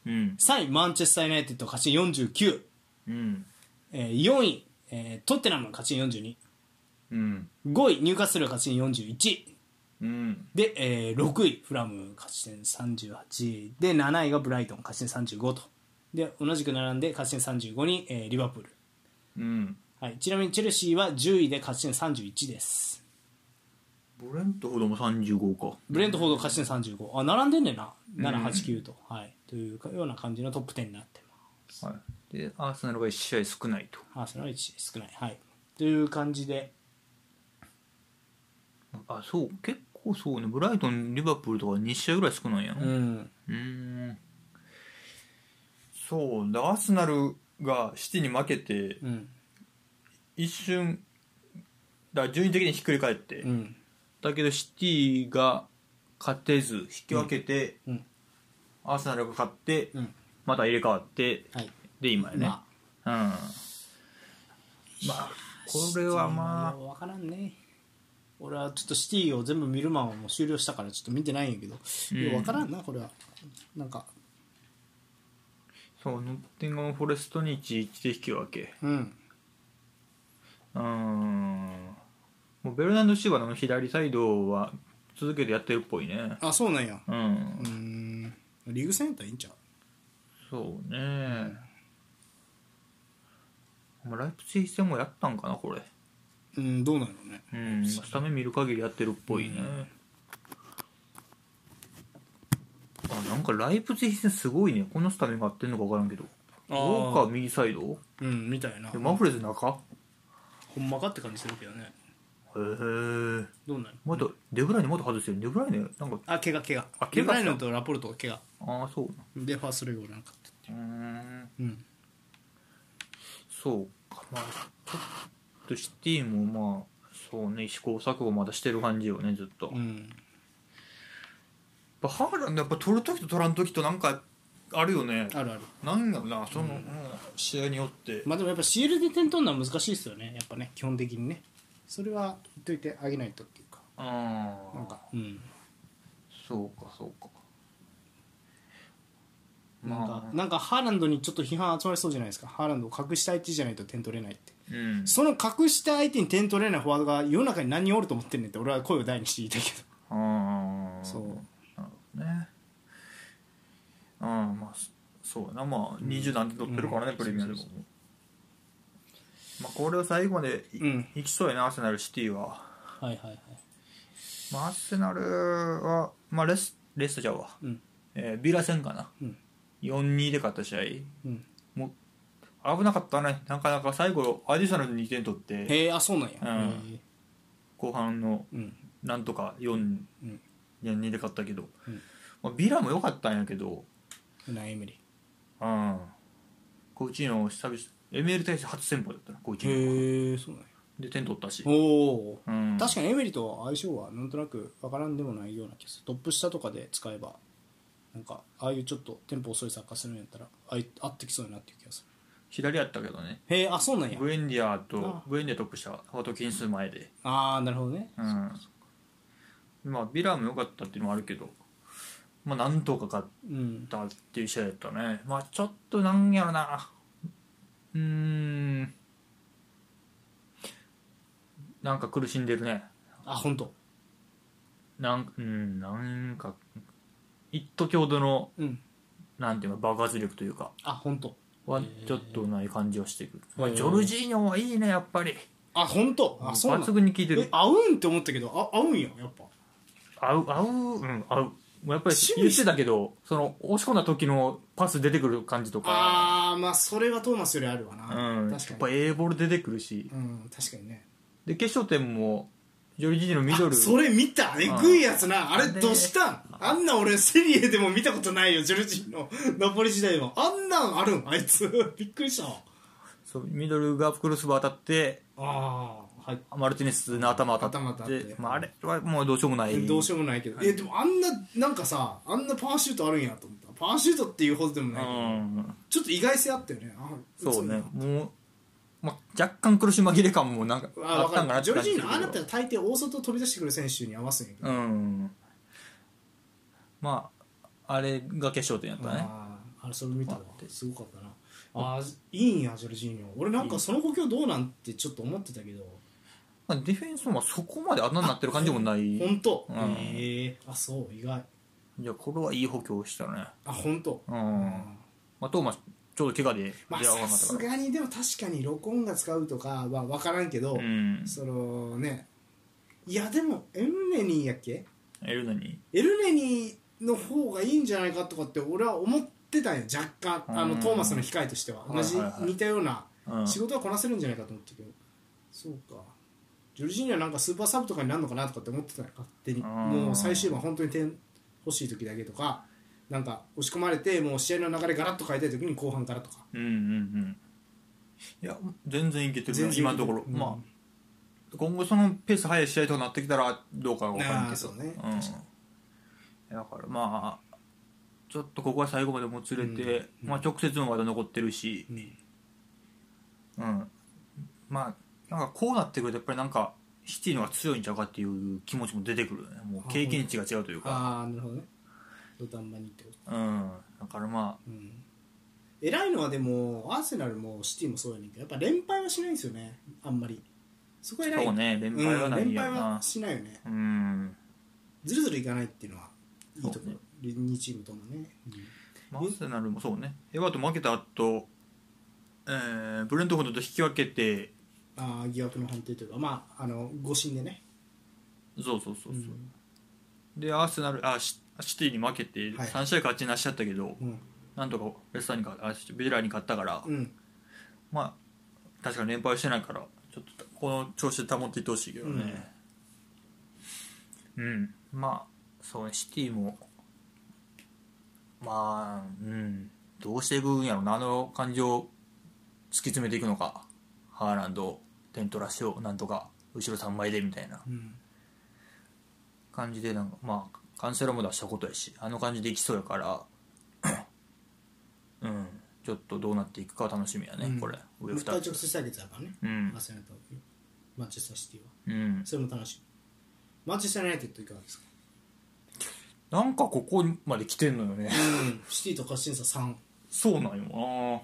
うん3位マンチェスター・ユナイテッド勝ち49、うんえー4位、えートッテナム勝ち425うん位ニューカッスル勝ち41うんで、えー6位フラム勝ち点38で7位がブライトン勝ち点35とで同じく並んで勝ち点35に、えーリバプール、うんはい、ちなみにチェルシーは10位で勝ち点31ですブレントほども35かブレントフォード勝ち点35あ並んでんねんな789と、はい、というような感じのトップ10になってますはいでアーセナルが1試合少ないとアーセナル1少ない、はい、という感じであそう結構そうねブライトンリバプールとか2試合ぐらい少ないんやろうんうーんそうだアーセナルがシティに負けてうん一瞬だ順位的にひっくり返って、うんだけどシティが勝てず引き分けて、うんうんアーセナルが勝って、うんまた入れ替わってはいで今やね、まうんまあこれはま分からんね俺はちょっとシティを全部見るマンはもう終了したからちょっと見てないんやけど、ん分からんなこれはなんかあそうノッティンガム・フォレストに1-1で引き分けうんうーんもうベルナンド・シーバの左サイドは続けてやってるっぽいねあそうなんやうんうーんリーグ戦やったらいいんちゃうそうね、まあライプツィヒ戦もやったんかなこれうんどうなのねうんスタメン見る限りやってるっぽいね、あなんかライプツィヒ戦すごいねこのスタメンが合ってんのか分からんけどウあーォーカー右サイドうんみたいなでマフレーズ中ほんまかって感じするけどねへえどうなのまだデブライネまだ外してるデブライネなんかあ怪我怪我あデ怪我したブライネとラポルトが怪我ああそうなでファーストレグおらなかったうーんうんそうかまあちょっとシティもまあそうね試行錯誤まだしてる感じよねずっと、うやっんぱハーランドやっぱ取る時と取らん時となんかあるよねあるあるなんだろうなその、うん試合によってまあでもやっぱ CL で点取るのは難しいですよねやっぱね基本的にねそれは言っといてあげないとっていうかああなんかうんそうかそうかなんかまあなんかハーランドにちょっと批判集まりそうじゃないですかハーランドを隠した相手じゃないと点取れないってうんその隠した相手に点取れないフォワードが世の中に何人おると思ってんねんって俺は声を大にして言いたいけどああそうなるほどねああまあそそうやなまあ20何点取ってるからね、うんプレミアでもそうそまあこれは最後までい,、うんきそうやなアーセナルシティははいはいはいまあアーセナルはまあレスレストちゃうわ、うんえービラ戦かな、うん4-2で勝った試うん合危なかったねなかなか最後アディショナルで2点取ってへえあそうなんや、うんへえ後半のうんなんとか4うん四2で勝ったけど、うんまあ、ビラも良かったんやけどなエメリうんコーチーノ久々 ML 対戦初先輩だったなコーチーノがへえそうなんやで点取ったし、おおうん、確かにエメリと相性はなんとなくわからんでもないような気がするトップ下とかで使えばなんかああいうちょっとテンポ遅いサッカーするんやったらあい合ってきそうになっていう気がす左やったけどねるへえあそうなんやグエンディアあとグエンディアトップしたホトキンス前でああなるほどねうんまあビラも良かったっていうのもあるけどまあなんとか勝っうんたっていう試合だったねまあちょっとなんやろなうーんなんか苦しんでるねあ本当なんうんなんか一時ほどのうんなんていうか爆発力というかあ本当はへーちょっとない感じはしてくる、まあ、へージョルジーニョはいいねやっぱりあ本当あそうなん抜群に効いてえる合うんって思ったけどあ合うんややっぱ合う合ううん合うもうやっぱり趣味言ってたけどその押し込んだ時のパス出てくる感じとかああまあそれはトーマスよりあるわうな、ん、や確っかぱに A ボール出てくるしうん確かにねで決勝点もジョルジーニョのミドルあそれ見たえぐいやつなあれどうしたんあんな俺セリエでも見たことないよジョルジーの ナポリ時代もあんなんあるんあいつ びっくりしたわそうミドルがクロスバー当たってああはいマルティネスの頭当た頭当ったてってまあ、あれはもうどうしようもないどうしようもないけど、えでもあんななんかさあんなパワーシュートあるんやと思ったパワーシュートっていうほどでもないけど、うんちょっと意外性あったよねあそうね打つんやもう、ま、若干苦し紛れ感もなんかああった分んかかなるっジてョル感ジじーするノあなたは大抵大外飛び出してくる選手に合わせんやけど、うんまああれが決勝点やったねあーあれそれ見たわすごかったなあーいいんやジョルジーニョ俺なんかその補強どうなんてちょっと思ってたけどまあ、ディフェンスもそこまで穴になってる感じもない本当うんへえあそう意外じゃあこれはいい補強したねあ本当うん、まあ、トーマスちょうど怪我でまあ出上がらさなかったすからがにでも確かにロコンが使うとかは分からんけど、うんそのねいやでもエルネニーやっけエルナにエルネニーの方がいいんじゃないかとかって俺は思ってたんよ若干あのうんトーマスの控えとしては同じはいはいはい似たようなうん仕事はこなせるんじゃないかと思ったけど、そうかジョルジーニョはなんかスーパーサブとかになるのかなとかって思ってたよ勝手にあーもう最終盤本当に点欲しい時だけとかなんか押し込まれてもう試合の流れガラッと変えたい時に後半からとかうんうんうんいや全然いけてる全ね然いけてる今のところ、うんまあ今後そのペース速い試合とかなってきたらどうかわからあんけーどそうねん、だからまあちょっとここは最後までもつれて、まあ、直接もまだ残ってるし、うん、まあなんかこうなってくるとやっぱりなんかシティの方が強いんちゃうかっていう気持ちも出てくるよねもう経験値が違うというか、ああなるほどね土壇場にってことうん、だからまあうん偉いのはでもアーセナルもシティもそうやねんけどやっぱ連敗はしないんですよねあんまりそこは偉いそうね連敗はなうんい連や敗なはしないよねうんずるずるいかないっていうのはいいとこそうねろ、2チームともね、まあアーセナルもそうねエバートン負けた後、えー、ブレントフォードと引き分けてああ疑惑の判定というかまああの誤審でね、そうそうそうそう、うんでアーセナルあシシティに負けてはい3試合勝ちなしちゃったけど、うんなんとかベスターに勝あビラに勝ったから、うんまあ確かに連敗してないからちょっとこの調子で保っていってほしいけどねうん、まあそうねシティもまあうんどうしていくんやろなあの感じを突き詰めていくのかハーランド点取らしをなんとか後ろ3枚でみたいなうん感じでなんかまあカンセロも出したことやしあの感じでいきそうやからうんちょっとどうなっていくか楽しみやね、うんこれ上もう一回2直つ接対決だからね、うんアーセナルとマンチェスターシティはうんそれも楽しみマンチェスターユナイテッドいかがですかなんかここまで来てんのよねうんシティと勝ち点差3 そうなんよ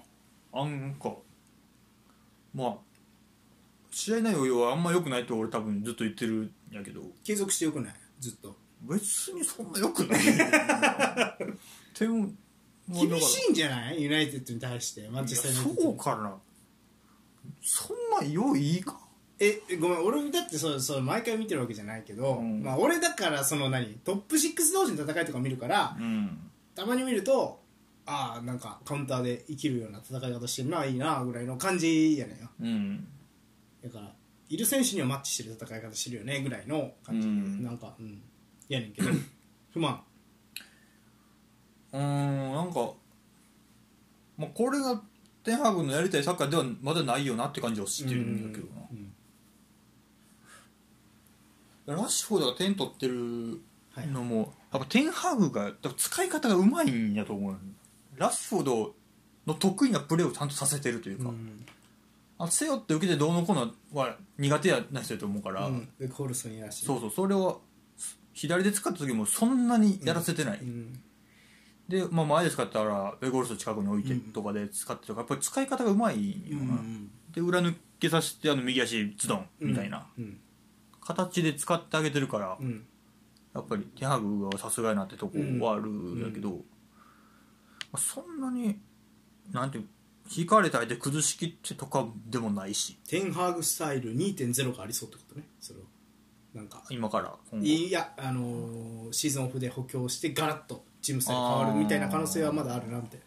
なあんかまあ試合内容はあんま良くないと俺多分ずっと言ってるんやけど継続してよくないずっと別にそんな良くない 点ももうだから厳しいんじゃないユナイテッドに対してマンチェスターユナイテッドそうかなそんなよいいかえごめん俺だってそうそう毎回見てるわけじゃないけど、うんまあ、俺だからその何トップ6同士の戦いとか見るからうんたまに見るとああなんかカウンターで生きるような戦い方してるないいなぐらいの感じやねんようんだからいる選手にはマッチしてる戦い方してるよねぐらいの感じ、うんなんか、うん、やねんけ ど不満うーんなんか、まあ、これがテンハグのやりたいサッカーではまだないよなって感じをしてるんだけどな、うんラッシュフォードが点取ってるはいのも、やっぱテンハグがやっぱ使い方がうまいんやと思うラッシュフォードの得意なプレーをちゃんとさせてるというか、うんあ背負って受けてどうのこうのは苦手やな人やと思うから、うんでコールソンやらしいそうそうそれを左で使った時もそんなにやらせてない、うんで、まあ、前で使ったらベゴルス近くに置いてとかで使ってとかやっぱり使い方がうまいんうよな、んで裏抜けさせてあの右足ズドンみたいな、うん形で使ってあげてるから、うんやっぱりティハグはさすがやなってとこはあるんだけど、まあそんなになんていう引かれた相手崩しきってとかでもないしテンハーグスタイル2.0がありそうってことねそれはなんか今から今後いや、あのーシーズンオフで補強してガラッとチームスタイル変わるみたいな可能性はまだあるなみたい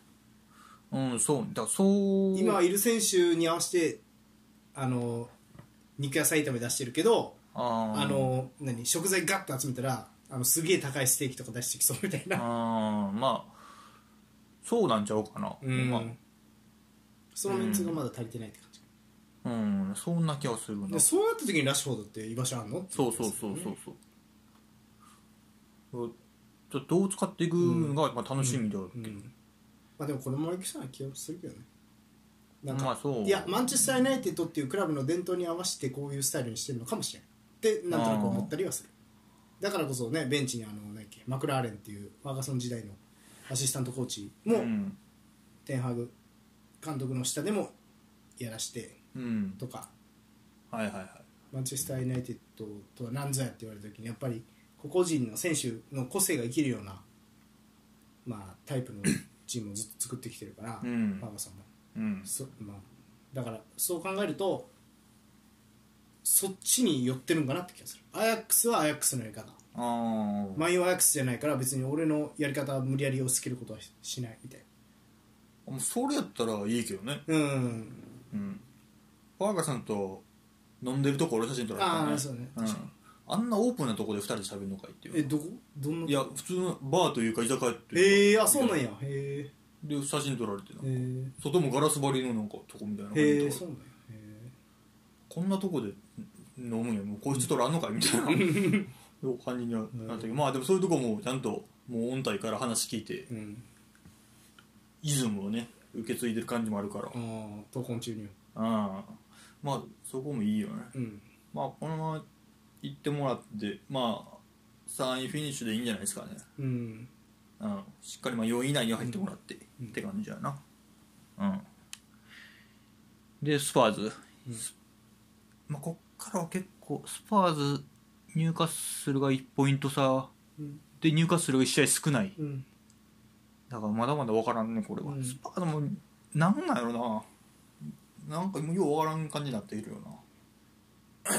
なうんそうだからそう今いる選手に合わせて、あのー肉野菜炒め出してるけど、あーあのー何食材ガッと集めたらあのすげえ高いステーキとか出してきそうみたいな、あーまあそうなんちゃうかな、うんまそのメンツがまだ足りてないって感じ、あ、うんそんな気がするなでそうなった時にラッシュフォードって居場所あるのっていそうそうそうそうそう、ちょっとどう使っていくのがまあ楽しみではあるけんど、まあ、でもこれもいくさな気がするけどねなんか、まあそういいやマンチェスター・ユナイテッドっていうクラブの伝統に合わせてこういうスタイルにしてるのかもしれないってなんとなく思ったりはするだからこそねベンチにあの何やっけマクラーレンっていうワーガソン時代のアシスタントコーチも、うん、テンハグ監督の下でもやらしてうん、とかはいはいはいマンチェスター・ユナイテッドとは何ぞやって言われた時にやっぱり個々人の選手の個性が生きるような、まあ、タイプのチームをずっと作ってきてるから、うんワーガソンも。うんそまあ、だからそう考えるとそっちに寄ってるんかなって気がするアヤックスはアヤックスのやり方あー、マイオアヤックスじゃないから別に俺のやり方は無理やり押し付けることはししないみたいもうそれやったらいいけどねなうんうんファーガさんと飲んでるとこ俺写真撮られたあーそうねん確かに、あんなオープンなとこで2人で喋るのかいっていうえどこどんないや普通のバーというか居酒屋ってえいー、うかあそうなんやへで写真撮られてなえへ外もガラス張りのなんかとこみたいなえへえで撮られてそうなんやへこんなとこでん飲むんやもう個室取らんのかいみたいな よう感じにはなったけどまあでもそういうとこもちゃんともう音体から話聞いてえうんイズムをね受け継いでる感じもあるからああ闘魂注入ああまあそこもいいよねうんまあこのまま行ってもらってまあ3位フィニッシュでいいんじゃないですかねうんうんしっかりまあ4位以内には入ってもらって、うんって感じやなうんでスパーズ、スまあこっからは結構スパーズ入荷するが1ポイント差うんで入荷するが1試合少ないうんだからまだまだ分からんねこれは、うんスパーズもなんなんやろななんかもうよう分から ん感じになっているよな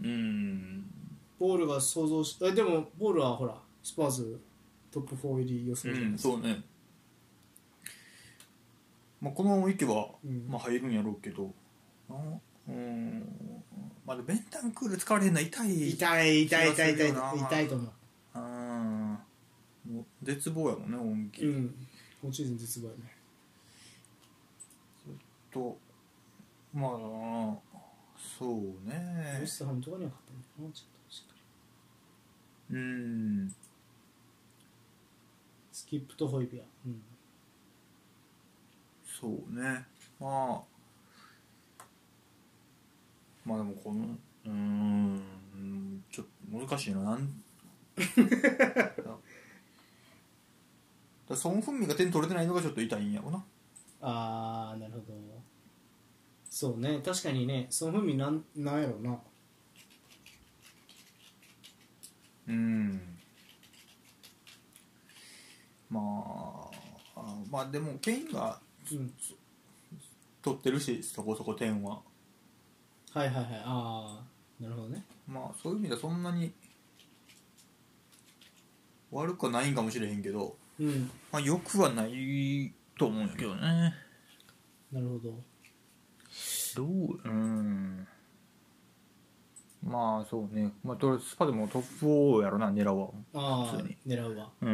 うーんボールが想像しえでもボールはほらスパーズトップ4入り予想じゃないうん、ですか、そうね、まあ、このままいけば、うんまあ、入るんやろうけどなうんまあでもベンタンクール使われへんのは痛い痛い痛い痛い痛い気痛がするよいな痛いと思うんもう絶望やもんね恩うう義、ん今シーズン絶望やねとまあそうねウストハムとかには勝ったのかなちょっとしっかりうんスキップとホイビア、うん、そうねまあまあでもこのうーんちょっと難しいななん だだソン・フンミンが点取れてないのがちょっと痛いんやろなああなるほどそうね確かにねその風味なんなんやろうなうんまああまあでもケインがうん取ってるしそこそこ点ははいはいはいああなるほどねまあそういう意味ではそんなに悪くはないんかもしれへんけどうんまあ、よくはないと思うんやけどね。なるほどどううん。まあそうね。まあとりあえずスパでもトップ4やろな、狙わ。ああ普通に狙うわうん。う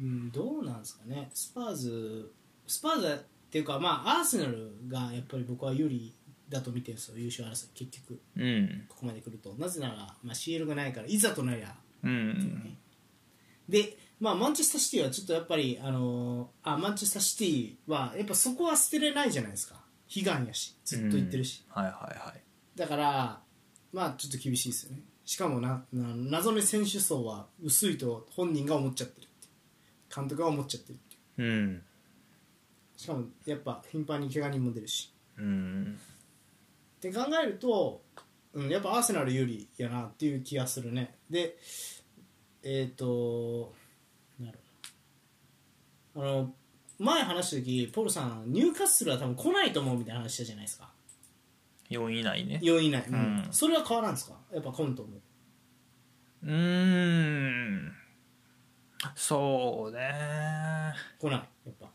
んどうなんですかねスパーズスパーズはっていうかまあアーセナルがやっぱり僕は有利だと見てるんですよ優勝争い結局うん。ここまで来るとなぜなら、まあ、CL がないからいざとなりゃうん。で、まあ、マンチェスターシティはちょっとやっぱり、あのーあマンチェスターシティはやっぱそこは捨てれないじゃないですか悲願やしずっと言ってるし、うん。はいはいはい。だからまあちょっと厳しいですよねしかもなな謎の選手層は薄いと本人が思っちゃってるっていう監督が思っちゃってるっていううん。しかもやっぱ頻繁に怪我人も出るしうん。って考えると、うん、やっぱアーセナル有利やなっていう気がするねでえっ、となるほどあの前話した時ポールさんニューカッスルは多分来ないと思うみたいな話したじゃないですか4位以内ね。 4位以内、うんうんそれは変わらんですかやっぱ来んと思ううーん。そうね。来ないやっぱ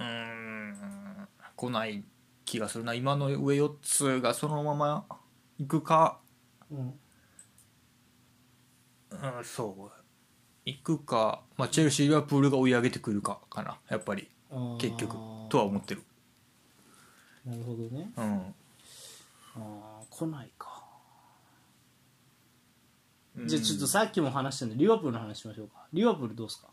うーん。来ない気がするな。今の上4つがそのまま行くか。うんうん、そう。行くか、まあ、チェルシー、リバプールが追い上げてくるかかな、やっぱり、あー結局、とは思ってる。なるほどねうん。ああ来ないか、じゃあちょっとさっきも話したんでリバプールの話しましょうかリバプールどうですか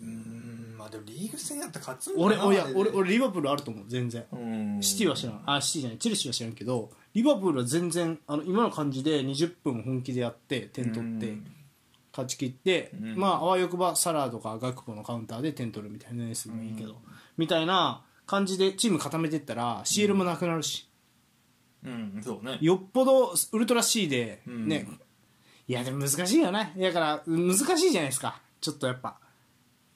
うん、まあでもリーグ戦やったら勝つん俺俺いや俺俺リバプールあると思う全然うん。シティは知らんあシティじゃないチェルシーは知らんけどリバプールは全然あの今の感じで20分本気でやって点取ってうん勝ち切って、うんまああわよくばサラーとかガクポのカウンターで点取るみたいなねすもいいけど、みたいな感じでチーム固めてったら CL もなくなるし、うん、そうね。よっぽどウルトラ C でうんね、いやでも難しいよねだから難しいじゃないですかちょっとやっぱ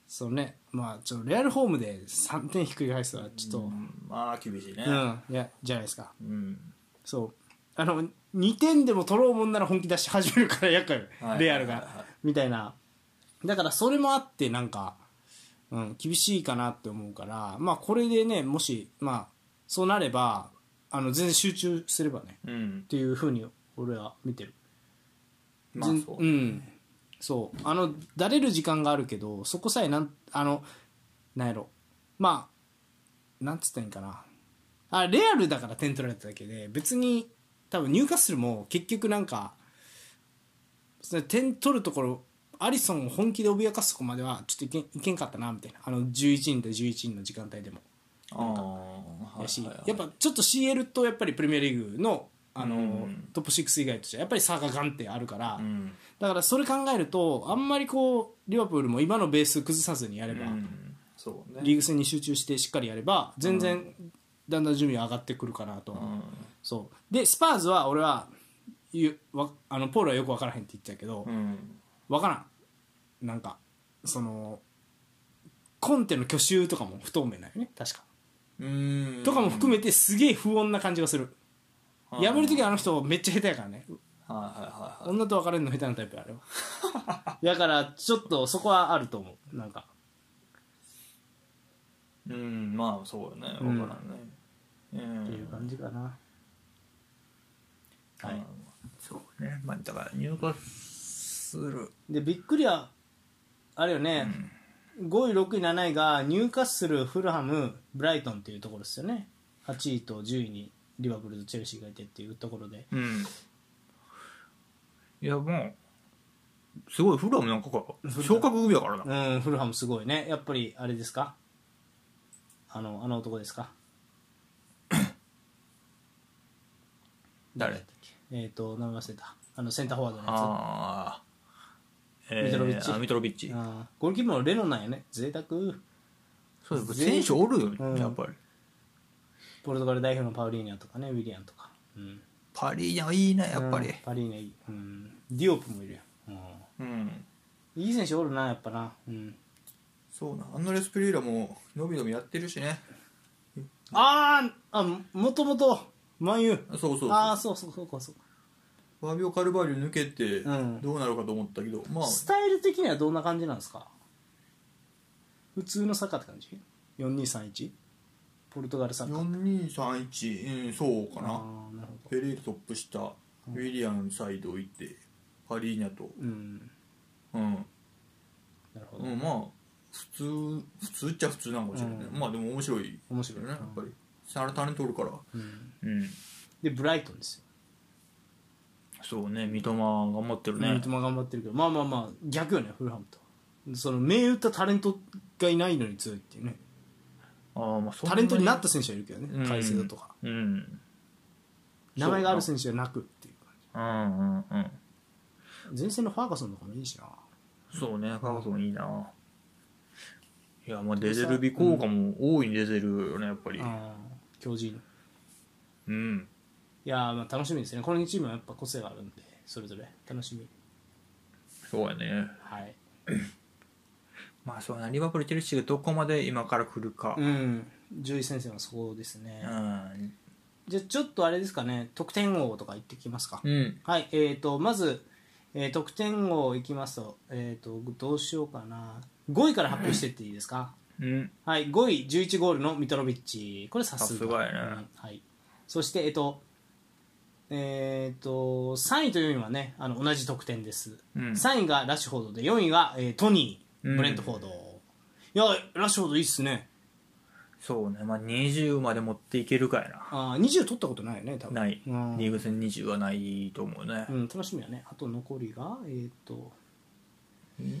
そうねまあちょっとレアルホームで3点ひっくり返すのはちょっと、うんまあ、厳しいね。うん、いやじゃないですかうん。そうあの2点でも取ろうもんなら本気出し始めるから厄介よはいレアルはいはいはがいみたいなだからそれもあってなんか、うん、厳しいかなって思うからまあこれでねもし、まあ、そうなればあの全然集中すればねうんっ。ていうふうに俺は見てるまあ、全そうう。んそうあのだれる時間があるけどそこさえなんあのなんやろまあなんつったらいいんかなあレアルだから点取られただけで別に多分入荷するも結局なんかその点取るところアリソンを本気で脅かすとこまではちょっといけんいけんかったなみたいなあの11人と11人の時間帯でもああ、やし、はいはいはいやっぱちょっと CL とやっぱりプレミアリーグのあの、うんトップ6以外としてはやっぱり差がガンってあるから、うん。だからそれ考えるとあんまりこうリバプールも今のベース崩さずにやれば、うんそうね。リーグ戦に集中してしっかりやれば全然だんだん準備は上がってくるかなと、うん。そうでスパーズは俺はゆわあのポールはよく分からへんって言ってたけど、うん。分からんなんかそのコンテの去就とかも不透明なんよね確かうんとかも含めてすげえ不穏な感じがするはいやめる時はあの人めっちゃ下手やからねはいはいはいはい女と別れるの下手なタイプや あれはだからちょっとそこはあると思うなんかうんまあそうだねうん分からんねうっんていう感じかな、はいあそうねまあだから入荷するでびっくりはあれよね、5位6位7位がニューカッスルフルハムブライトンっていうところですよね8位と10位にリバプールとチェルシーがいてっていうところでうんいやもうすごいフラムなんかか昇格組だからなうんフルハムすごいねやっぱりあれですかあのあの男ですか誰だっけえっ、と名前忘れたあのセンターフォワードのやつああえーミトロビッチあミトロビッチあーゴールキーパーのレノンなんやね贅沢そうだ全選員手おるよ、うんやっぱりポルトガル代表のパウリーニャとかねウィリアンとか、うん、パリーニャいいなやっぱりうんパリーニャいい、うん、ディオプもいるよ、ううん、ん、いい選手おるなやっぱな、うん、そうなアンドレス・ペリーラものびのびやってるしねあーあもともと万有そうそうそうああそうそうそうそうファビオ・カルバーリュ抜けてうんどうなるかと思ったけど、まあスタイル的にはどんな感じなんですか普通のサッカーって感じ4231ポルトガルサッカー4231、うん、そうかなあーなるほどペリーラトップ下ウィリアムサイド行ってパリーニャとうんうん、なるほど、うん、まあ普通普通っちゃ普通なのかもしれない、うんまあでも面白い面白いよねやっぱりサラタネ取るからうんうんでブライトンですよそうね三笘頑張ってるね、三笘頑張ってるけどまあまあまあ逆よねフルハムとその名打ったタレントがいないのに強いっていうねああまあそんタレントになった選手はいるけどねうん海星だとかうんうん名前がある選手じゃなくっていう感うんうんじ前線のファーガソンとかもいいしなそうねカーソンいいないやまあデゼルビ効果も大いに出てるよねやっぱりあー強靭うんいやーまあ楽しみですねこの2チームはやっぱ個性があるんでそれぞれ楽しみそうやねはいまあそうやなリバプールチェルシーがどこまで今から来るかうん獣医先生はそこですねうんじゃあちょっとあれですかね得点王とか言ってきますかうんはい、えー、とまず、えー得点王いきますと,、えー、とどうしようかな5位から発表してっていいですか、うんはい、5位11ゴールのミトロビッチこれさすさすががやねうんはい、そして、えーとえー、と3位と4位はねあの同じ得点です、うん3位がラッシュフォードで4位が、えートニうーんブレントフォード、いやラッシュフォードいいっすねそうねまあ20まで持っていけるかやなあー20取ったことないよね多分ないリうんーグ戦20はないと思うねうん、楽しみだねあと残りがえっ、と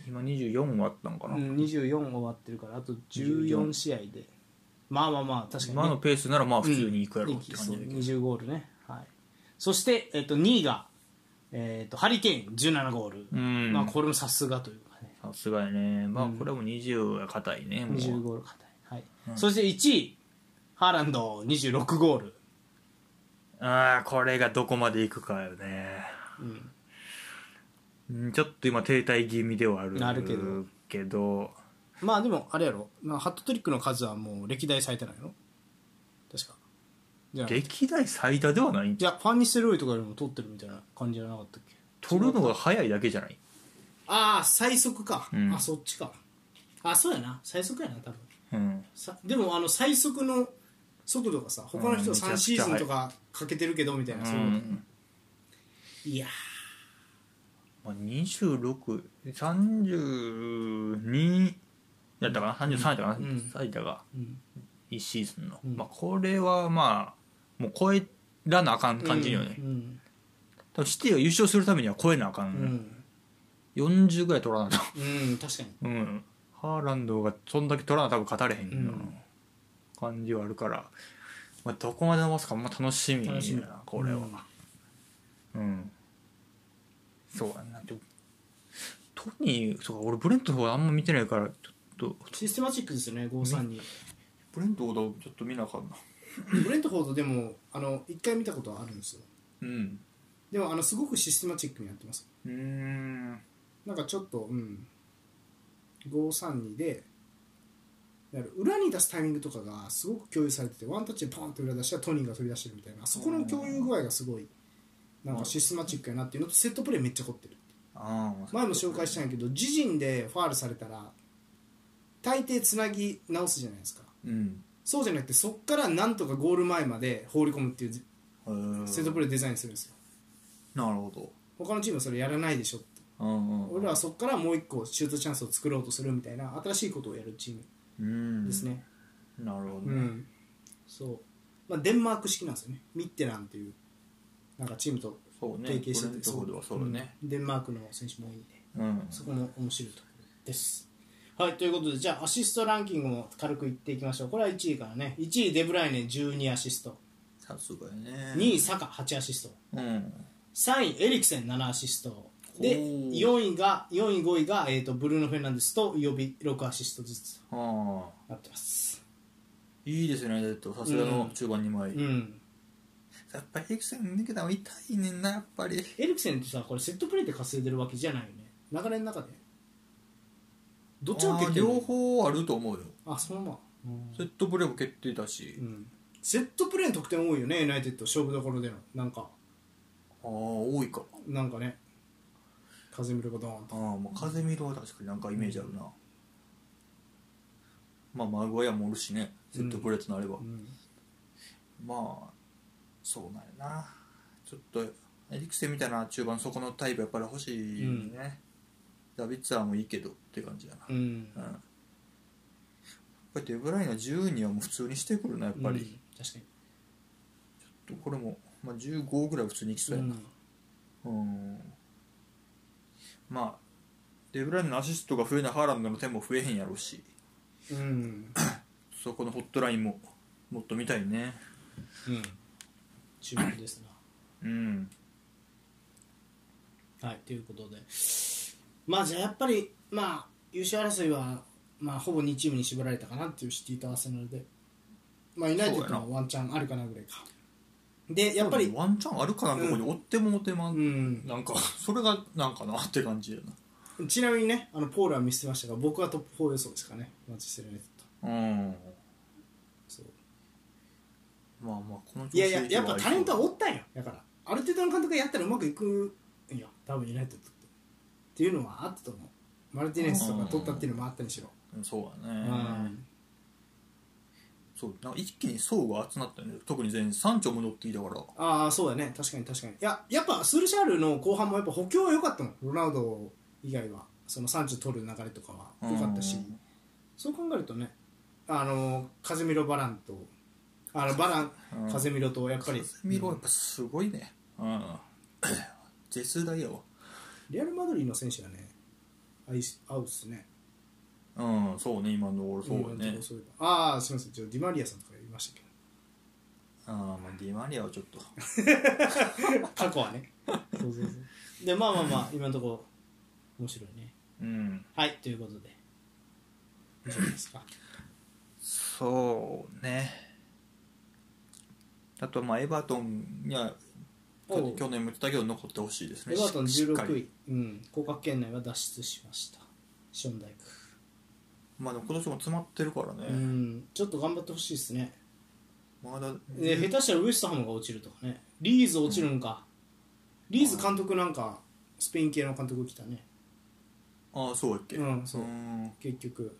今24あったのかう、なん24終わってるからあと14試合でまあまあまあ確かに、ね、今のペースならまあ普通にいくやろって感そじだうけど20ゴールね、はい、そして、えっと2位が、えっとハリケーン17ゴール、うんまあ、これもさすがというかねさすがやねまあうんこれはもう20は硬いねも20うゴール堅い、はいそして1位ハーランド26ゴール、ああこれがどこまでいくかよねうん、うんちょっと今停滞気味ではあるなるけどけどまあでもあれやろ、まあ、ハットトリックの数はもう歴代最多なんやろ確かじゃあい歴代最多ではないんじゃやファンニステロイとかよりも取ってるみたいな感じじゃなかったっけ取るのが早いだけじゃないああ最速か、うんあそっちかあそうやな最速やな多分うんさでもあの最速の速度がさ他の人はうんめちゃくちゃ3シーズンとかかけてるけどみたいな、そうういうこんといやまあ、2632やったかな33やったかな、うん最多がー、うん1シーズンの、うんまあ、これはまあもう超えらなあかん感じよね、うん多分シティが優勝するためには超えなあかん、うん、 40ぐらい取らなあかうんうん確かにんうんハーランドがそんだけ取らな多分勝たれへんようなうん感じはあるから、まあ、どこまで伸ばすかも楽しみや楽しみなこれは、うんそうやなでもトニーそうか俺ブレントの方あんま見てないからちょっとシステマチックですよね532ブレントの方ちょっと見なあかんなブレントフォードでもあの1回見たことはあるんですようんでもあのすごくシステマチックにやってますうーんなんかちょっとうん532でだから裏に出すタイミングとかがすごく共有されててワンタッチでポンと裏出したらトニーが飛び出してるみたいなそこの共有具合がすごいなんかシステマチックやなっていうのとセットプレーめっちゃ凝ってるああ前も紹介したんやけど自陣でファールされたら大抵つなぎ直すじゃないですかうんそうじゃなくてそっからなんとかゴール前まで放り込むっていうへーセットプレーデザインするんですよなるほど他のチームはそれやらないでしょってうんうん俺らはそこからもう一個シュートチャンスを作ろうとするみたいな新しいことをやるチームうんですねなるほどうん、ねそう、まあ、デンマーク式なんですよねミッテランっていうなんかチームとそうね提携してこれてのところではそうだねうんデンマークの選手も多いんでうんそこも面白いところですはいということでじゃあアシストランキングも軽くいっていきましょうこれは1位からね1位デブライネ12アシストさすがやね2位サカ8アシストうん3位エリクセン7アシストでほう4位が4位5位が、えー、とブルーノ・フェルナンデスと予備6アシストずつはあなってますいいですねだとさすがの中盤2枚うんやっぱりエリクセン抜けたの痛いねんなやっぱりエリクセンってさこれセットプレーで稼いでるわけじゃないよね流れの中でどっちがあ決ー定両方あると思うよあそのままうんセットプレーも決定だしうんセットプレーの得点多いよねユナイテッド勝負どころでのなんかああ多いかなんかね風見るがドーンあとあまあ風見ろは確かになんかイメージあるなまあ孫やもおるしねセットプレーとなればうんまあそうなんやなちょっとエリクセンみたいな中盤そこのタイプやっぱり欲しいね、ダビッツァーもいいけどって感じやなうんうんやっぱりデブライナ12はもう普通にしてくるなやっぱり、うん確かこれも、まあ、15ぐらいは普通にいきそうにやうな、んうんまあデブライナのアシストが増えないハーランドの点も増えへんやろうしうんそこのホットラインももっと見たいねうん注目ですなうんはい、ということで、まあ、じゃあやっぱり、まあ、優勝争いは、まあ、ほぼ2チームに絞られたかなっていうシティとアーセナルで、まあ、ユナイテッドそうやのワンチャンあるかなぐらいか。で、やっぱり、ワンチャンあるかなとこに追っても追ってま、うんん、なんかそれがなんかなって感じやちなみにね、あのポールは見捨てましたが、僕はトップ4予想ですかね、マンチェスターユナイテッドなうんそうまあまあこの調いやいや、やっぱあタりそうレントはおったんよ、だから、ある程度の監督がやったらうまくいくんよ、多分ユナイテッドって。っていうのはあったと思う。マルティネスとか取ったっていうのもあったにしろ。うんそうやうね、んそうなんか一気に層が集まったよね特に全三丁も乗っていたからああそうだね確かに確かにいややっぱスルシャールの後半もやっぱ補強は良かったもんロナウド以外はそのサンチョ取る流れとかは良かったしうんそう考えるとねあのカゼミロ・バランとあのバランうんカゼミロとやっぱり見ろやっぱすごいねうん 絶大やわリアル・マドリーの選手がね合い合うっすねうんそうね今の俺そう今のやとねこそういえばああすみませんちょっとディマリアさんとか言いましたけ あーまあディマリアはちょっとど過去はねそうそうそうでまあまあまあ今のところ面白いねうんはいということで以上です かそうねあとまあエバートンにはおう去年も言ってたけど残ってほしいですねエバートンしっかり16位、うん、降格圏内は脱出しました、ショーンダイク、まあでも今年も詰まってるからね、うん、ちょっと頑張ってほしいですね、まだで下手したらウエストハムが落ちるとかね、リーズ落ちるんか、リーズ監督なんか、スペイン系の監督来たね、ああそうやっけうんそううん結局、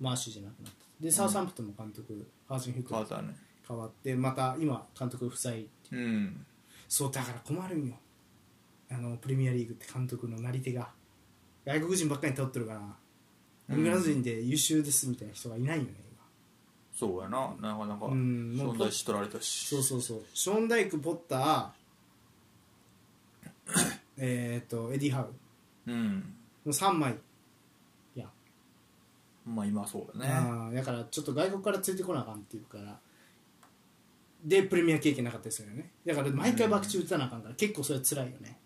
マーシーじゃなくなった、で、サウサンプトンの監督、ハージン・フィック変わっがたね変わって、また今、監督不在、うんそう、だから困るんよ、あのプレミアリーグって監督のなり手が、外国人ばっかりに頼ってるから、イングランド人で優秀ですみたいな人がいないよね、今。そうやななかなかうんもう存在しとられたしそうそうそうショーン・ダイクポッター えっとエディ・ハウうんの3枚いや、まあ今そうだねあーだからちょっと外国からついてこなあかんっていうからでプレミア経験なかったですよねだから毎回バクチ打たなあかんから、結構それは辛いよね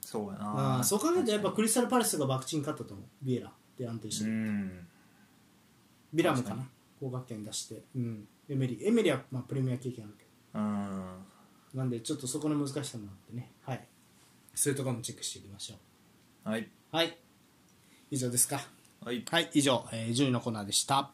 そうやあなーそう考えるとやっぱクリスタル・パレスがバクチに勝ったと思うビエラで安定してうる、んビラムか確な合格点出して、うん、エメリエメリはまあプレミア経験あるけどうんなんでちょっとそこの難しさもあってねはいそういうところもチェックしていきましょうはいはい。以上ですか。はいはい、以上、えー、順位のコーナーでした。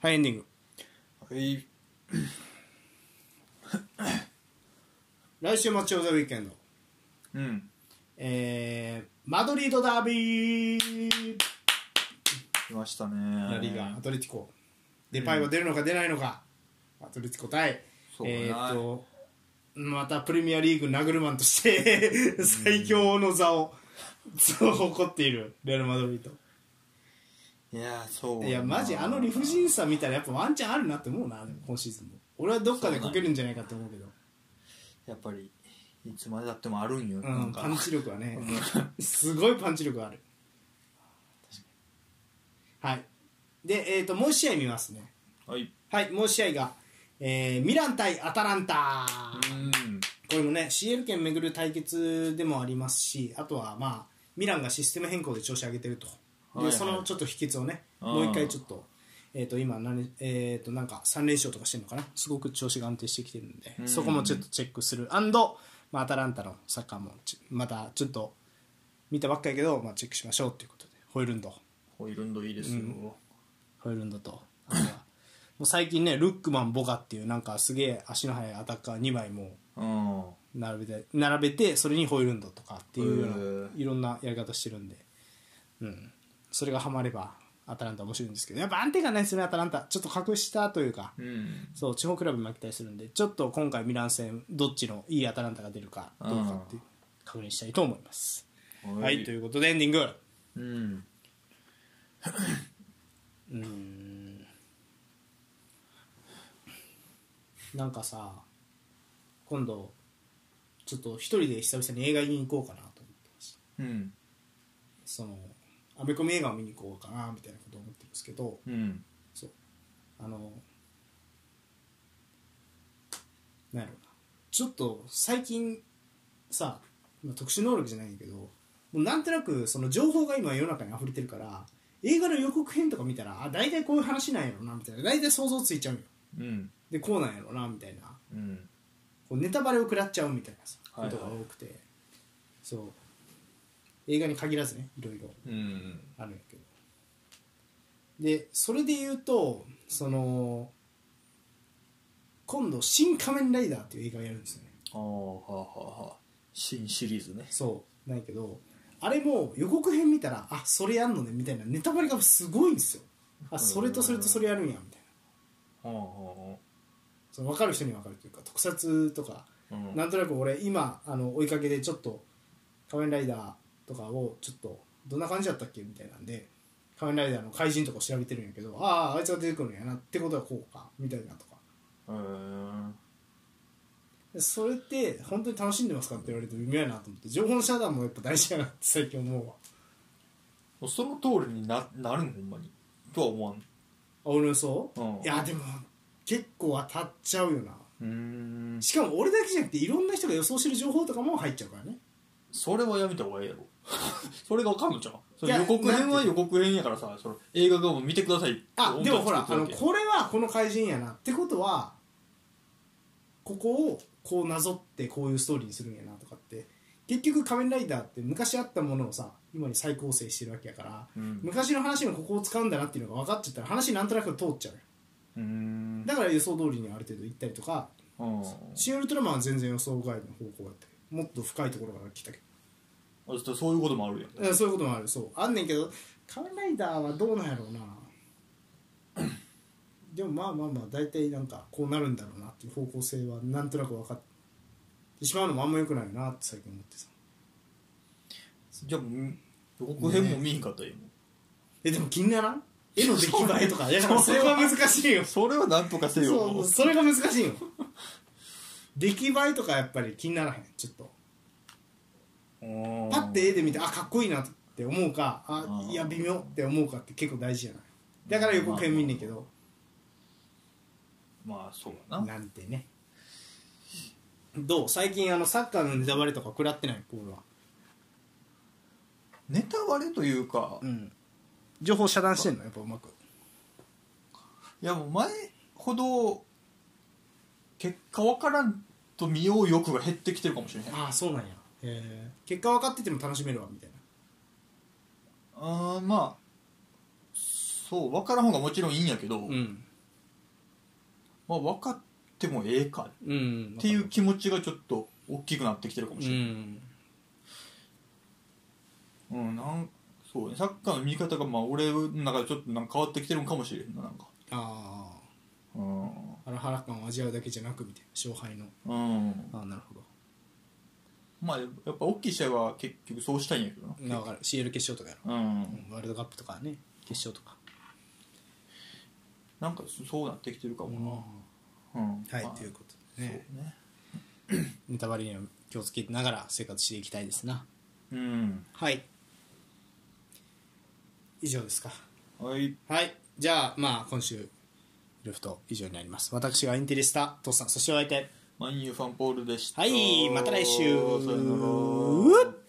はいエンディングはい来週マッチオブザウィークエンドうんえー、マドリードダービー来ましたねラリーがアトレティコデパイは出るのか出ないのか、アトレティコ対そうだなえーっとまたプレミアリーグナグルマンとして最強の座をそう誇っているレアル・マドリードいやそういやマジあの理不尽さ見たらやっぱワンチャンあるなって思うなでも今シーズンも俺はどっかでこけるんじゃないかって思うけどやっぱりいつまでだってもあるんよ、うなんん、かパンチ力は ねすごいパンチ力あるはいで、えー、ともう一試合見ますねはいはいもう一試合が、えーミラン対アタランタうんこれもね CL 権巡る対決でもありますしあとはまあミランがシステム変更で調子上げてると、はいはいでそのちょっと秘訣をねあーもう一回ちょっと,、えー、と今何、えー、となんか3連勝とかしてるのかなすごく調子が安定してきてるんで、うんそこもちょっとチェックするアンド、まあ、アタランタのサッカーもちまたちょっと見たばっかりやけど、まあ、チェックしましょうということでホイルンドホイールンドいいですよ、ホイルンドとあとはもう最近ねルックマンボガっていうなんかすげえ足の速いアタッカー2枚もううん並べて並べてそれにホイールンドとかっていうよへうなーいろんなやり方してるんで、うん、それがハマればアタランタ面白いんですけどやっぱ安定感ないですねアタランタちょっと格下というか、うんそう地方クラブに負けたりするんでちょっと今回ミラン戦どっちのいいアタランタが出るかどうかっていう確認したいと思います、はいということでエンディングうんうんなんかさ今度ちょっと一人で久々に映画に行こうかなと思ってますうんそのアメコミ映画を見に行こうかなみたいなことを思ってるんですけどうんそうあのなんやろうなちょっと最近さまあ特殊能力じゃないんだけどもうなんとなくその情報が今世の中に溢れてるから映画の予告編とか見たらあ大体こういう話なんやろうなみたいな大体想像ついちゃうようんでこうなんやろうなみたいなうんこうネタバレを食らっちゃうみたいなさはいはいことが多くてそう映画に限らずねいろいろうんあるんやけどでそれで言うとその今度「新仮面ライダー」っていう映画をやるんですよねああはあはあはあ新シリーズねそうないけどあれも予告編見たらあそれやんのねみたいなネタバレがすごいんですよあそれとそれとそれやるんやみたいなはあはその分かる人に分かるというか特撮とかあうんなんとなく俺今あの追いかけでちょっと「仮面ライダー」とかをちょっとどんな感じだったっけみたいなんで「仮面ライダー」の怪人とかを調べてるんやけどあああいつが出てくるんやなってことはこうかみたいなとかへーでそれって本当に楽しんでますかって言われると微妙やなと思って情報の遮断もやっぱ大事やなって最近思うわもうその通りにななるんほんまにとは思わんあ俺のそう、うんいやでも結構当たっちゃうよなうんしかも俺だけじゃなくていろんな人が予想してる情報とかも入っちゃうからねそれはやめた方がええやろ それがわかんのじゃんそいれや予告編は予告編やからさその映画がもう見てくださいってあでもほらあの音楽作ってるこわれはこの怪人やなってことはここをこうなぞってこういうストーリーにするんやなとかって結局「仮面ライダー」って昔あったものをさ今に再構成してるわけやから、うん昔の話のここを使うんだなっていうのが分かっちゃったら話なんとなく通っちゃうよけうんだから予想通りにある程度行ったりとかうん「シン・ウルトラマン」は全然予想外の方向やったけどもっと深いところから来たけどあそうそういうこともあるやんうんそういうこともあるそうあんねんけど仮面ライダーはどうなんやろうな でもまあまあまあ大体なんかこうなるんだろうなっていう方向性はなんとなく分かってしまうのもあんまよくないよなって最近思ってさじゃあもう予告編も見ひんかったらええもんえでも気にならん絵の出来栄えとかいやだからそれは難しいよそれはなんとかせよそうそれが難しいよ出来栄えとかやっぱり気にならへんちょっとうんパッて絵で見てあかっこいいなって思うかあうんいや微妙って思うかって結構大事じゃないだから予告編見んねんけどまあそうだななんてねどう最近あのサッカーのネタバレとか食らってないこれはネタバレというか、ん情報遮断してんのやっぱうまくいやもう前ほど結果わからんと見よう欲が減ってきてるかもしれへんああそうなんやへえ結果分かってても楽しめるわみたいなあーまあそう分からん方がもちろんいいんやけど、うんまあ、分かってもええかうんっていう気持ちがちょっと大きくなってきてるかもうしれない、んうんなんそうねサッカーの見方がまあ俺の中でちょっとなんか変わってきてるんかもしれんななんかああうんハラハラ感を味わうだけじゃなくみたいな勝敗のうんああなるほどまあやっぱ大きい試合は結局そうしたいんやけどなな分かる CL 決勝とかやろうんワールドカップとかね決勝とかなんかそそうなってきてるかうんもなうんはいまあということでねそうねネタバレには気をつけながら生活していきたいですなうんはい以上ですかはいはいじゃあまあ今週ルフト以上になります私がインテリスタトッさんそしてお相手マンユーファンポールでしたはいまた来週さよなら